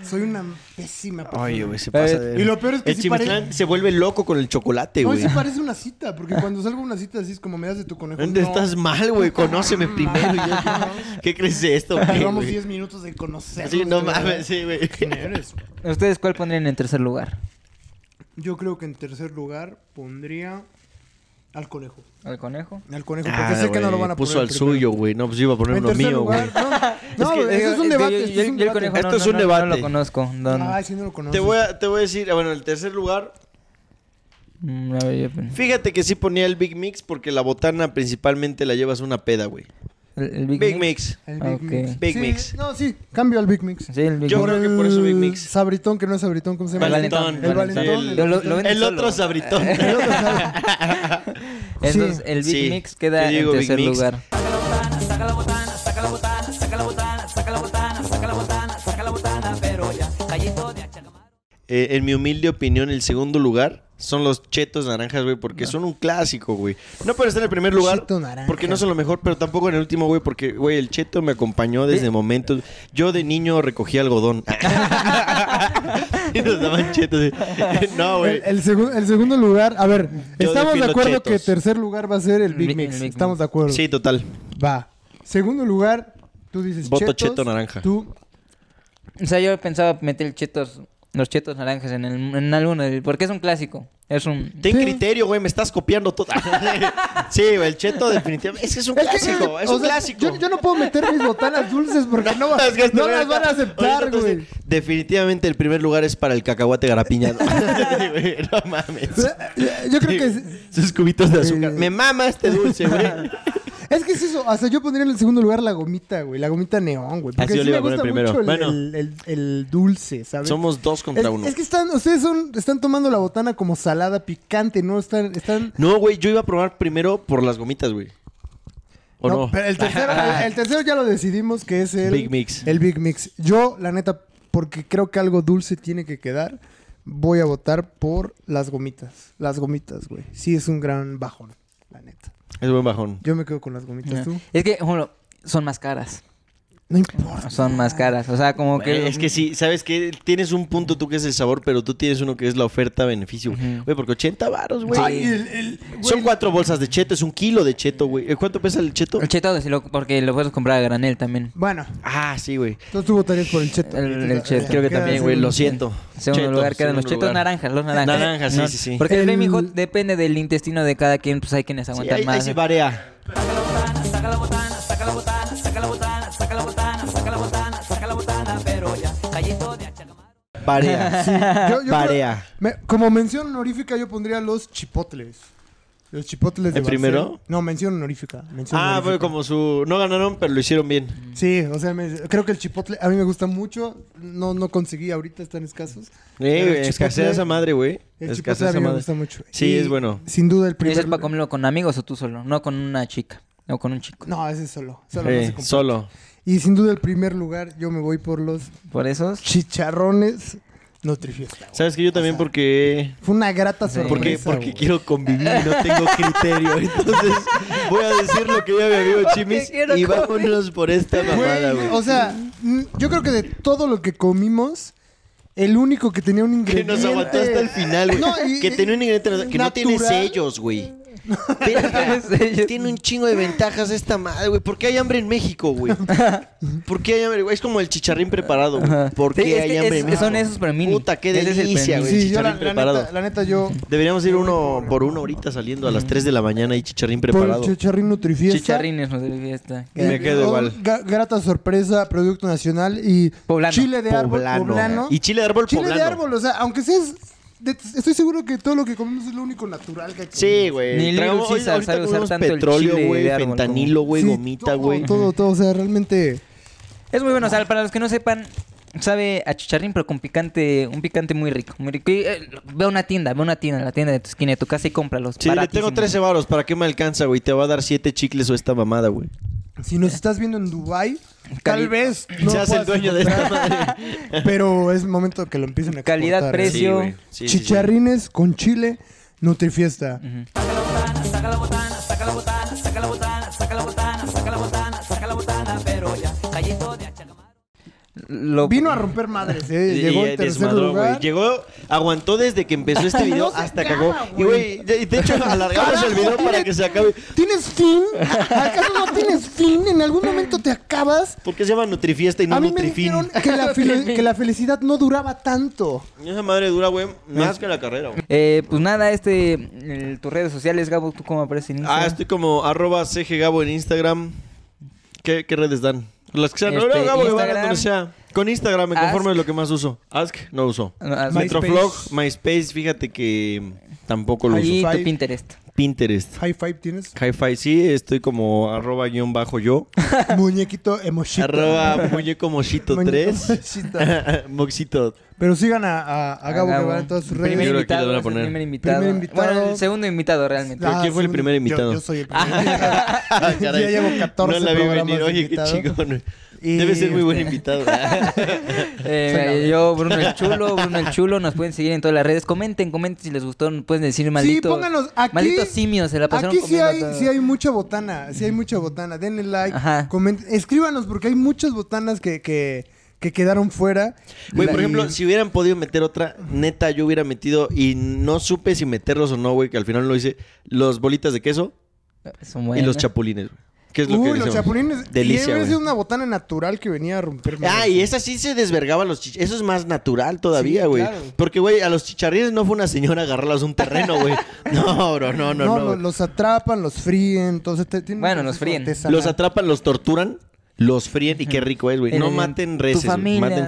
S1: Soy una pésima persona.
S3: Oye, güey, se pasa de...
S1: Eh, Y lo peor es que
S3: El
S1: sí
S3: Chimislán
S1: parece-
S3: se vuelve loco con el chocolate,
S1: No,
S3: güey.
S1: sí parece una cita, porque cuando salgo a una cita así es como me das de tu conejo.
S3: *laughs* ¿Dónde
S1: No,
S3: estás mal, güey? Conóceme
S1: Mm.
S3: primero.
S1: *laughs*
S3: y ya- ¿Qué crees de esto, güey? *laughs*
S1: Llevamos
S3: güey?
S1: 10 minutos de conocer.
S3: Sí, no mames,
S1: *laughs*
S3: sí, güey.
S1: ¿Quién eres? güey?
S2: ¿Ustedes cuál pondrían en tercer lugar?
S1: Yo creo que en tercer lugar pondría al conejo.
S2: ¿Al conejo?
S1: Al conejo, porque
S3: Ah,
S1: sé que no lo
S3: güey,
S1: van a
S3: Puso
S1: poner
S3: al
S1: primero.
S3: suyo, güey. No, pues yo iba a poner
S1: En
S3: uno
S1: tercer
S3: mío, güey.
S1: luey. No, no, güey,
S2: que,
S1: ese
S2: digo,
S1: es un
S2: yo-
S1: debate.
S2: yo-
S1: ese
S2: yo-
S1: es un
S2: yo el
S1: debate.
S2: conejo
S3: Esto
S2: no-
S3: es
S2: no-
S3: un
S2: no- No
S3: debate.
S2: lo conozco. no, no.
S1: Ay, sí, no lo conoces.
S3: *laughs* Te voy, a, te voy a decir, ah, bueno, el tercer lugar.
S2: Mm, a ver, yo-
S3: Fíjate que sí ponía el Big Mix porque la botana principalmente la llevas una peda, güey.
S2: el, el
S3: Big,
S2: Big, Mix.
S3: Mix.
S1: El
S2: Ah,
S1: Big
S2: ok.
S1: Mix.
S3: Big
S1: Sí,
S3: Mix.
S1: No, sí, cambio al Big Mix.
S2: Sí, el Big
S3: Yo
S2: Mix.
S3: creo que por eso Big
S1: el
S3: Mix.
S1: Sabritón, que no es sabritón, ¿cómo se llama?
S2: El Valentón.
S1: El Valentón.
S3: El,
S2: Lo- lo- lo venden
S3: el
S2: solo.
S3: otro
S1: *laughs*
S3: sabritón.
S1: El otro sabe-
S2: Entonces,
S1: Sí.
S2: el Big
S3: Sí.
S2: Mix queda
S3: Yo digo
S2: en
S3: Big
S2: tercer
S3: Mix.
S2: lugar.
S4: Saca la botana, saca la botana, saca la botana, saca la botana, saca la botana, saca la botana, pero ya, callito de achagamar.
S3: Eh, en mi humilde opinión, el segundo lugar son los chetos naranjas, güey, porque son un clásico, güey. No pueden estar en el primer lugar
S1: Cheto naranja.
S3: porque no son lo mejor, pero tampoco en el último, güey, porque, güey, el cheto me acompañó desde momentos. Yo de niño recogí
S1: *laughs*
S3: algodón. *laughs* y nos daban chetos. No, güey.
S1: El, el segun- el segundo lugar, a ver,
S3: Yo
S1: estamos de
S3: defiendo
S1: acuerdo
S3: chetos.
S1: que tercer lugar va a ser el Big
S2: Mi-
S1: Mix.
S2: el Big
S1: estamos
S2: Mix.
S1: de acuerdo.
S3: Sí, total.
S1: Va. Segundo lugar, tú dices
S3: Voto
S1: chetos,
S3: cheto naranja.
S1: Tú,
S2: O sea, yo pensaba meter el chetos, los chetos naranjas en, el, en alguno, del- porque es un clásico. Es un...
S3: Ten
S1: Sí.
S3: criterio, güey, me estás copiando todo.
S1: *laughs*
S3: sí, güey, el cheto definitivamente. Es que es un clásico, es
S1: o
S3: un
S1: sea,
S3: clásico.
S1: Yo, yo no puedo meter mis botanas dulces porque
S3: *laughs*
S1: no, va-
S3: Es que este esto
S1: no
S3: voy
S1: las van a
S3: estar-
S1: aceptar,
S3: ahorita te-
S1: güey.
S3: Definitivamente el primer lugar es para el
S1: *laughs*
S3: cacahuate garapiñado. *laughs* Sí, güey, no mames.
S1: eh, Yo creo que es,
S3: Sus cubitos de azúcar.
S1: Eh.
S3: Me mama este dulce, güey.
S1: es que es eso. Hasta yo pondría en el segundo lugar la gomita, güey. La gomita neón, güey. Porque
S3: Así Ah, yo
S1: sí
S3: le iba
S1: me
S3: a poner
S1: gusta
S3: primero.
S1: mucho el,
S3: Bueno.
S1: el- el- el dulce, ¿sabes?
S3: Somos dos
S1: es,
S3: contra uno.
S1: es que están, ustedes son, están tomando la botana como salada picante, ¿no? Están, están
S3: No, güey, yo iba a probar primero por las gomitas, güey. ¿O no?
S1: Pero el tercero, el, el tercero ya lo decidimos que es el
S3: Big Mix.
S1: El Big Mix. Yo, la neta, porque creo que algo dulce tiene que quedar, voy a votar por las gomitas. Las gomitas, güey. Sí, es un gran bajón, la neta.
S3: Es buen bajón.
S1: Yo me quedo con las gomitas, tú.
S2: Es que, por ejemplo, son más caras.
S1: No importa.
S2: Son más caras. O sea, como
S3: Güey,
S2: que...
S3: Eh, es que sí, ¿sabes qué? Tienes un punto tú que es el sabor, pero tú tienes uno que es la oferta-beneficio. Güey, porque 80 varos, güey.
S1: Ay, el- el-
S3: Son cuatro bolsas de cheto, es un kilo de cheto, güey. ¿Eh, ¿Cuánto pesa el cheto?
S2: El cheto, sí lo- porque lo puedes comprar a granel también.
S1: Bueno,
S3: Ah, sí, güey.
S1: entonces tú votarías por el cheto.
S2: El- el cheto.
S3: Creo que
S1: Queda
S3: también, güey,
S1: segundo.
S3: lo siento.
S2: En segundo
S3: Chetos,
S2: lugar quedan los
S3: segundo
S2: chetos
S3: lugar.
S2: naranjas, los naranjas.
S3: Naranjas, sí, sí, sí.
S2: Porque el,
S1: El-
S2: baby hot depende del intestino de cada quien, pues hay quienes
S3: Sí,
S2: aguantan
S3: ahí, ahí
S2: más.
S3: sí varía.
S4: saca la botana, saca la botana, saca la botana, saca la botana, saca la botana, saca la botana, pero ya, callito de achagamar.
S3: Varea.
S1: Sí, yo- yo creo-
S3: Varea.
S1: me- como mención honorífica, yo pondría los chipotles. Los chipotles de
S3: ¿El primero?
S1: Barcel- No, mención honorífica. mención
S3: *laughs* Ah,
S1: honorífica.
S3: fue como su... No ganaron, pero lo hicieron bien.
S1: Sí, o sea, me- creo que el chipotle a mí me gusta mucho. No, no conseguí, ahorita están escasos.
S3: Eh,
S1: Pero el
S3: güey, escasea
S1: chipotle-
S3: esa madre, güey.
S1: El chipotle
S3: Escasea
S1: a
S3: esa
S1: mí me
S3: madre.
S1: gusta mucho.
S3: Sí,
S1: Y
S3: es bueno.
S1: Sin duda el
S2: ¿Ese
S1: primer.
S2: es para comerlo con amigos o tú solo? No con una chica, o con un chico.
S1: No, ese es solo. Solo, no
S3: Eh,
S1: se comparte.
S3: solo.
S1: Y sin duda el primer lugar, yo me voy por los
S2: Por eso...
S1: chicharrones Nutrifiesta. güey.
S3: ¿Sabes que yo también porque...
S1: Fue una grata
S2: Sí.
S1: sorpresa.
S2: ¿Por
S3: Porque,
S2: qué?
S3: porque
S1: güey.
S3: quiero convivir, no tengo criterio. *laughs* Entonces voy a decir lo que ya
S1: *laughs*
S3: me amigo
S2: Porque
S3: Chimis
S2: quiero
S3: y
S2: comer.
S3: vámonos por esta mamada,
S1: Güey,
S3: güey.
S1: o sea, mm, yo creo que de todo lo que comimos, el único que tenía un
S3: Que
S1: ingrediente.
S3: nos aguantó hasta el final, güey.
S1: No, y-
S3: que tenía un ingrediente que no tiene
S1: natural.
S3: sellos, güey. Verga,
S2: Sellos.
S3: tiene un chingo de ventajas esta madre, güey. ¿Por qué hay hambre en México, güey? ¿Por qué hay hambre? güey? Es como el chicharrín preparado. güey.
S2: Ajá.
S3: ¿Por
S2: Sí,
S3: qué
S2: es
S3: hay
S2: que
S3: hambre
S2: es-
S3: en México?
S2: son esos para mí.
S3: Puta, qué
S2: Ese es el
S3: delicia,
S2: para
S3: güey.
S2: mí.
S1: Sí, yo
S3: chicharrín
S1: la, la
S3: preparado.
S1: neta, la neta, yo.
S3: Deberíamos ir uno por uno ahorita saliendo a las 3 de la mañana y chicharrín preparado.
S1: Por el chicharrín Nutrifiesta.
S2: Chicharrines, no sé, fiesta.
S3: Y me quedo
S1: Oh,
S3: igual.
S1: ga- grata sorpresa, producto nacional y
S2: Poblano.
S1: chile de árbol poblano.
S3: Y chile de árbol
S1: chile
S3: poblano.
S1: de árbol, o sea, aunque seas... de- estoy seguro que todo lo que comemos es lo único natural que comemos.
S3: Sí, güey.
S2: Ni Little
S3: Tragamos-
S2: Caesar
S3: ahorita
S2: sabe usar
S3: comemos
S2: tanto el chile
S3: petróleo, güey,
S2: de árbol como-
S3: fentanilo, güey,
S1: Sí,
S3: gomita,
S1: todo,
S3: güey.
S1: Todo, todo, o sea, realmente...
S2: Es muy bueno, o sea, para los que no sepan, sabe a chicharrín, pero con picante, un picante muy rico, muy rico. Y, eh, ve a una tienda, ve a una tienda, la tienda de tu esquina, de tu casa y cómpralos.
S3: Sí, le
S2: baratísimos.
S3: tengo 13 varos, ¿para qué me alcanza, güey? Te va a dar 7 chicles o esta mamada, güey.
S1: Si
S3: Eh.
S1: nos estás viendo en Dubai
S2: Cali-
S1: tal vez no
S3: Seas el
S1: puedas
S3: dueño de esta
S1: encontrar,
S3: madre.
S1: *laughs* Pero es momento que lo empiecen a
S2: Calidad,
S1: exportar,
S2: precio.
S1: ¿eh?
S3: güey. Sí, sí, sí.
S1: Chicharrines con chile, Nutrifiesta.
S4: saca la botana, saca la botana, saca la botana, saca la botana, saca la botana, saca la botana, pero ya, callito de achagamar.
S2: Lo-
S1: Vino a romper madres, ¿eh?
S3: Y-
S1: Llegó
S3: y
S1: en tercer
S3: desmadró, güey.
S1: lugar.
S3: Llegó, aguantó desde que
S1: *laughs*
S3: empezó este video hasta cagó. Y, güey, de de hecho, alargamos el video para que se acabe.
S1: ¿Tienes fin? ¿Acaso no tienes fin? ¿En algún momento te acabas?
S3: ¿Por qué se llama Nutrifiesta y no
S1: a mí me
S3: Nutrifin?
S1: dijeron que la, fel- que la felicidad no duraba tanto.
S3: Esa madre dura, güey,
S1: Ah.
S3: más que la carrera, güey.
S2: Eh, pues nada, este, el- tus redes sociales, Gabo, ¿tú cómo apareces en Instagram?
S3: Ah, estoy como arroba cggabo en Instagram. ¿Qué, qué redes dan? Las que sean.
S2: Este,
S3: No, no, Gabo Guevara,
S2: Instagram.
S3: donde sea. Con Instagram me conformo
S2: Ask.
S3: de lo que más uso. Ask no uso.
S2: No, Ask.
S3: Metroflog, MySpace, fíjate que tampoco lo
S2: Y
S3: uso.
S2: tu
S1: Five.
S2: Pinterest.
S3: Pinterest.
S1: High five tienes.
S3: Hi-Fi, sí, estoy como arroba guión bajo yo.
S1: Muñequito emoshita.
S3: *laughs* Arroba muñeco mochito
S1: Muñeco
S3: 3.
S1: mochita.
S3: *laughs* Moxito.
S1: Pero sigan a, a, a Gabo
S2: Gabo.
S1: Guevara en todas sus redes.
S2: Primer
S3: Yo creo que
S2: invitado,
S3: le van
S2: es
S3: a
S2: el
S3: poner.
S2: primer invitado.
S1: Primer invitado.
S2: Bueno, el segundo invitado realmente.
S3: Ah, ¿quién fue el
S1: sí,
S3: primer
S1: yo-
S3: *laughs* invitado?
S1: Yo, soy el primer invitado.
S3: Ah, Caray,
S1: ya llevo 14
S3: no la vi
S1: programas
S3: venir.
S1: de
S3: Oye, qué
S1: invitado.
S3: chingón.
S2: Y,
S3: Debe ser muy buen
S2: este,
S3: invitado.
S1: *laughs*
S2: eh, yo, Bruno el Chulo, Bruno el Chulo, nos pueden seguir en todas las redes. Comenten, comenten si les gustó, nos pueden decir maldito.
S1: sí, pónganos aquí.
S2: Malditos simios, se la pasaron
S1: Aquí sí
S2: comiendo
S1: hay,
S2: todo.
S1: sí hay mucha botana, sí hay mucha botana. Denle like,
S2: Ajá.
S1: comenten, escríbanos porque hay muchas botanas que, que, que quedaron fuera.
S3: Güey, por
S1: Y-
S3: ejemplo, si hubieran podido meter otra, neta, yo hubiera metido y no supe si meterlos o no, güey, que al final lo hice, los bolitas de queso
S2: Son buenas.
S3: y los chapulines, güey. ¿Qué es lo
S1: Uy,
S3: que
S1: los
S3: decíamos?
S1: chapulines. y
S3: Delicia, güey.
S1: es una botana natural que venía a romperme.
S3: Ah, y esa sí se desvergaba los chich- Eso es más natural todavía, güey.
S1: claro.
S3: Porque, güey, a los chicharrines no fue una señora a agarrarlos a un terreno, güey. No, bro, no, no, no.
S1: lo- Los, atrapan, los fríen, entonces te- tienen
S2: Bueno,
S1: un
S2: los
S1: proceso
S2: fríen.
S1: artesanal.
S3: Los atrapan, los torturan, los fríen y qué rico es, güey.
S2: En-
S3: No
S2: en
S3: maten
S2: tu
S3: reses, güey.
S2: familia,
S3: maten
S2: ¿no?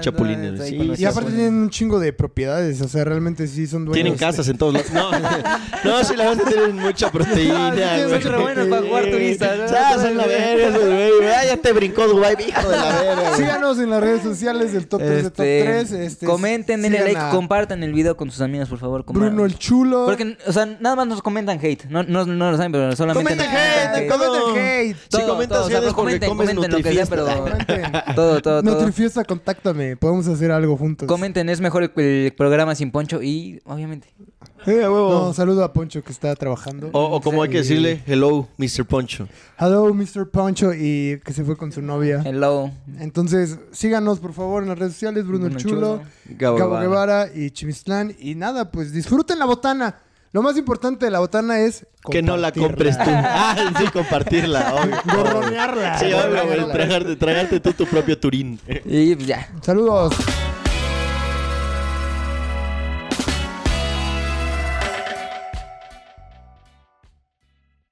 S2: Ahí
S3: chapulines. güey.
S2: con
S3: Sí,
S2: los
S1: y
S3: sí,
S1: aparte
S2: abuelos.
S1: tienen un chingo de propiedades, o sea, realmente sí son dueños. este,
S3: Tienen
S1: de-
S3: casas en todos lados. No, *laughs* no, sí, la verdad tienen mucha proteína,
S1: Ah, sí, tienen
S3: güey.
S1: mucha proteína.
S2: para jugar turistas, ¿no?
S3: Ya, Ah, son la verga, esos, güey. Ah, ya te brincó Dubai, hijo de la verga, güey.
S1: Síganos en las redes sociales del top 3 de top 3. Este,
S2: comenten, denle
S1: sigan
S2: like,
S1: a
S2: compartan el video con sus amigos, por favor. compartan.
S1: Bruno el Chulo.
S2: Porque, o sea, nada más nos comentan hate. No, no, no lo saben, pero solamente.
S3: Comenten
S2: nos
S1: comenten,
S3: hate, todo.
S1: hate.
S3: Si
S2: Todo,
S3: comentas
S2: todo, o sea,
S3: hate
S2: pero
S3: es porque
S2: comenten,
S3: comes
S2: comenten lo que sea,
S3: Nutrifiesta.
S2: pero-
S1: Comenten.
S2: Todo, todo, todo.
S1: Nutrifiesta, contáctame. Podemos hacer algo juntos.
S2: Comenten, es mejor el, el programa sin Poncho y, obviamente.
S3: Eh, a huevo. Oh.
S1: No, saludo a Poncho que está trabajando.
S3: O, o como hay que decirle, hello, Mr. Poncho.
S1: Hello, Mr. Poncho. Y que se fue con su novia.
S2: Hello.
S1: Entonces, síganos por favor en las redes sociales, Bruno,
S2: Bruno
S1: el
S2: el
S1: Chulo, Gabo,
S3: Gabo
S1: Guevara. y Chimistlán. Y nada, pues disfruten la botana. Lo más importante de la botana es
S3: Que no la compres
S1: compartirla.
S3: tú. Ah, sí, compartirla. obvio.
S1: *laughs* Gorronearla.
S3: Sí, obvio, güey.
S1: Gorronearla.
S3: Tragarte, tragarte tú tu propio turín.
S2: Y pues ya.
S1: Saludos.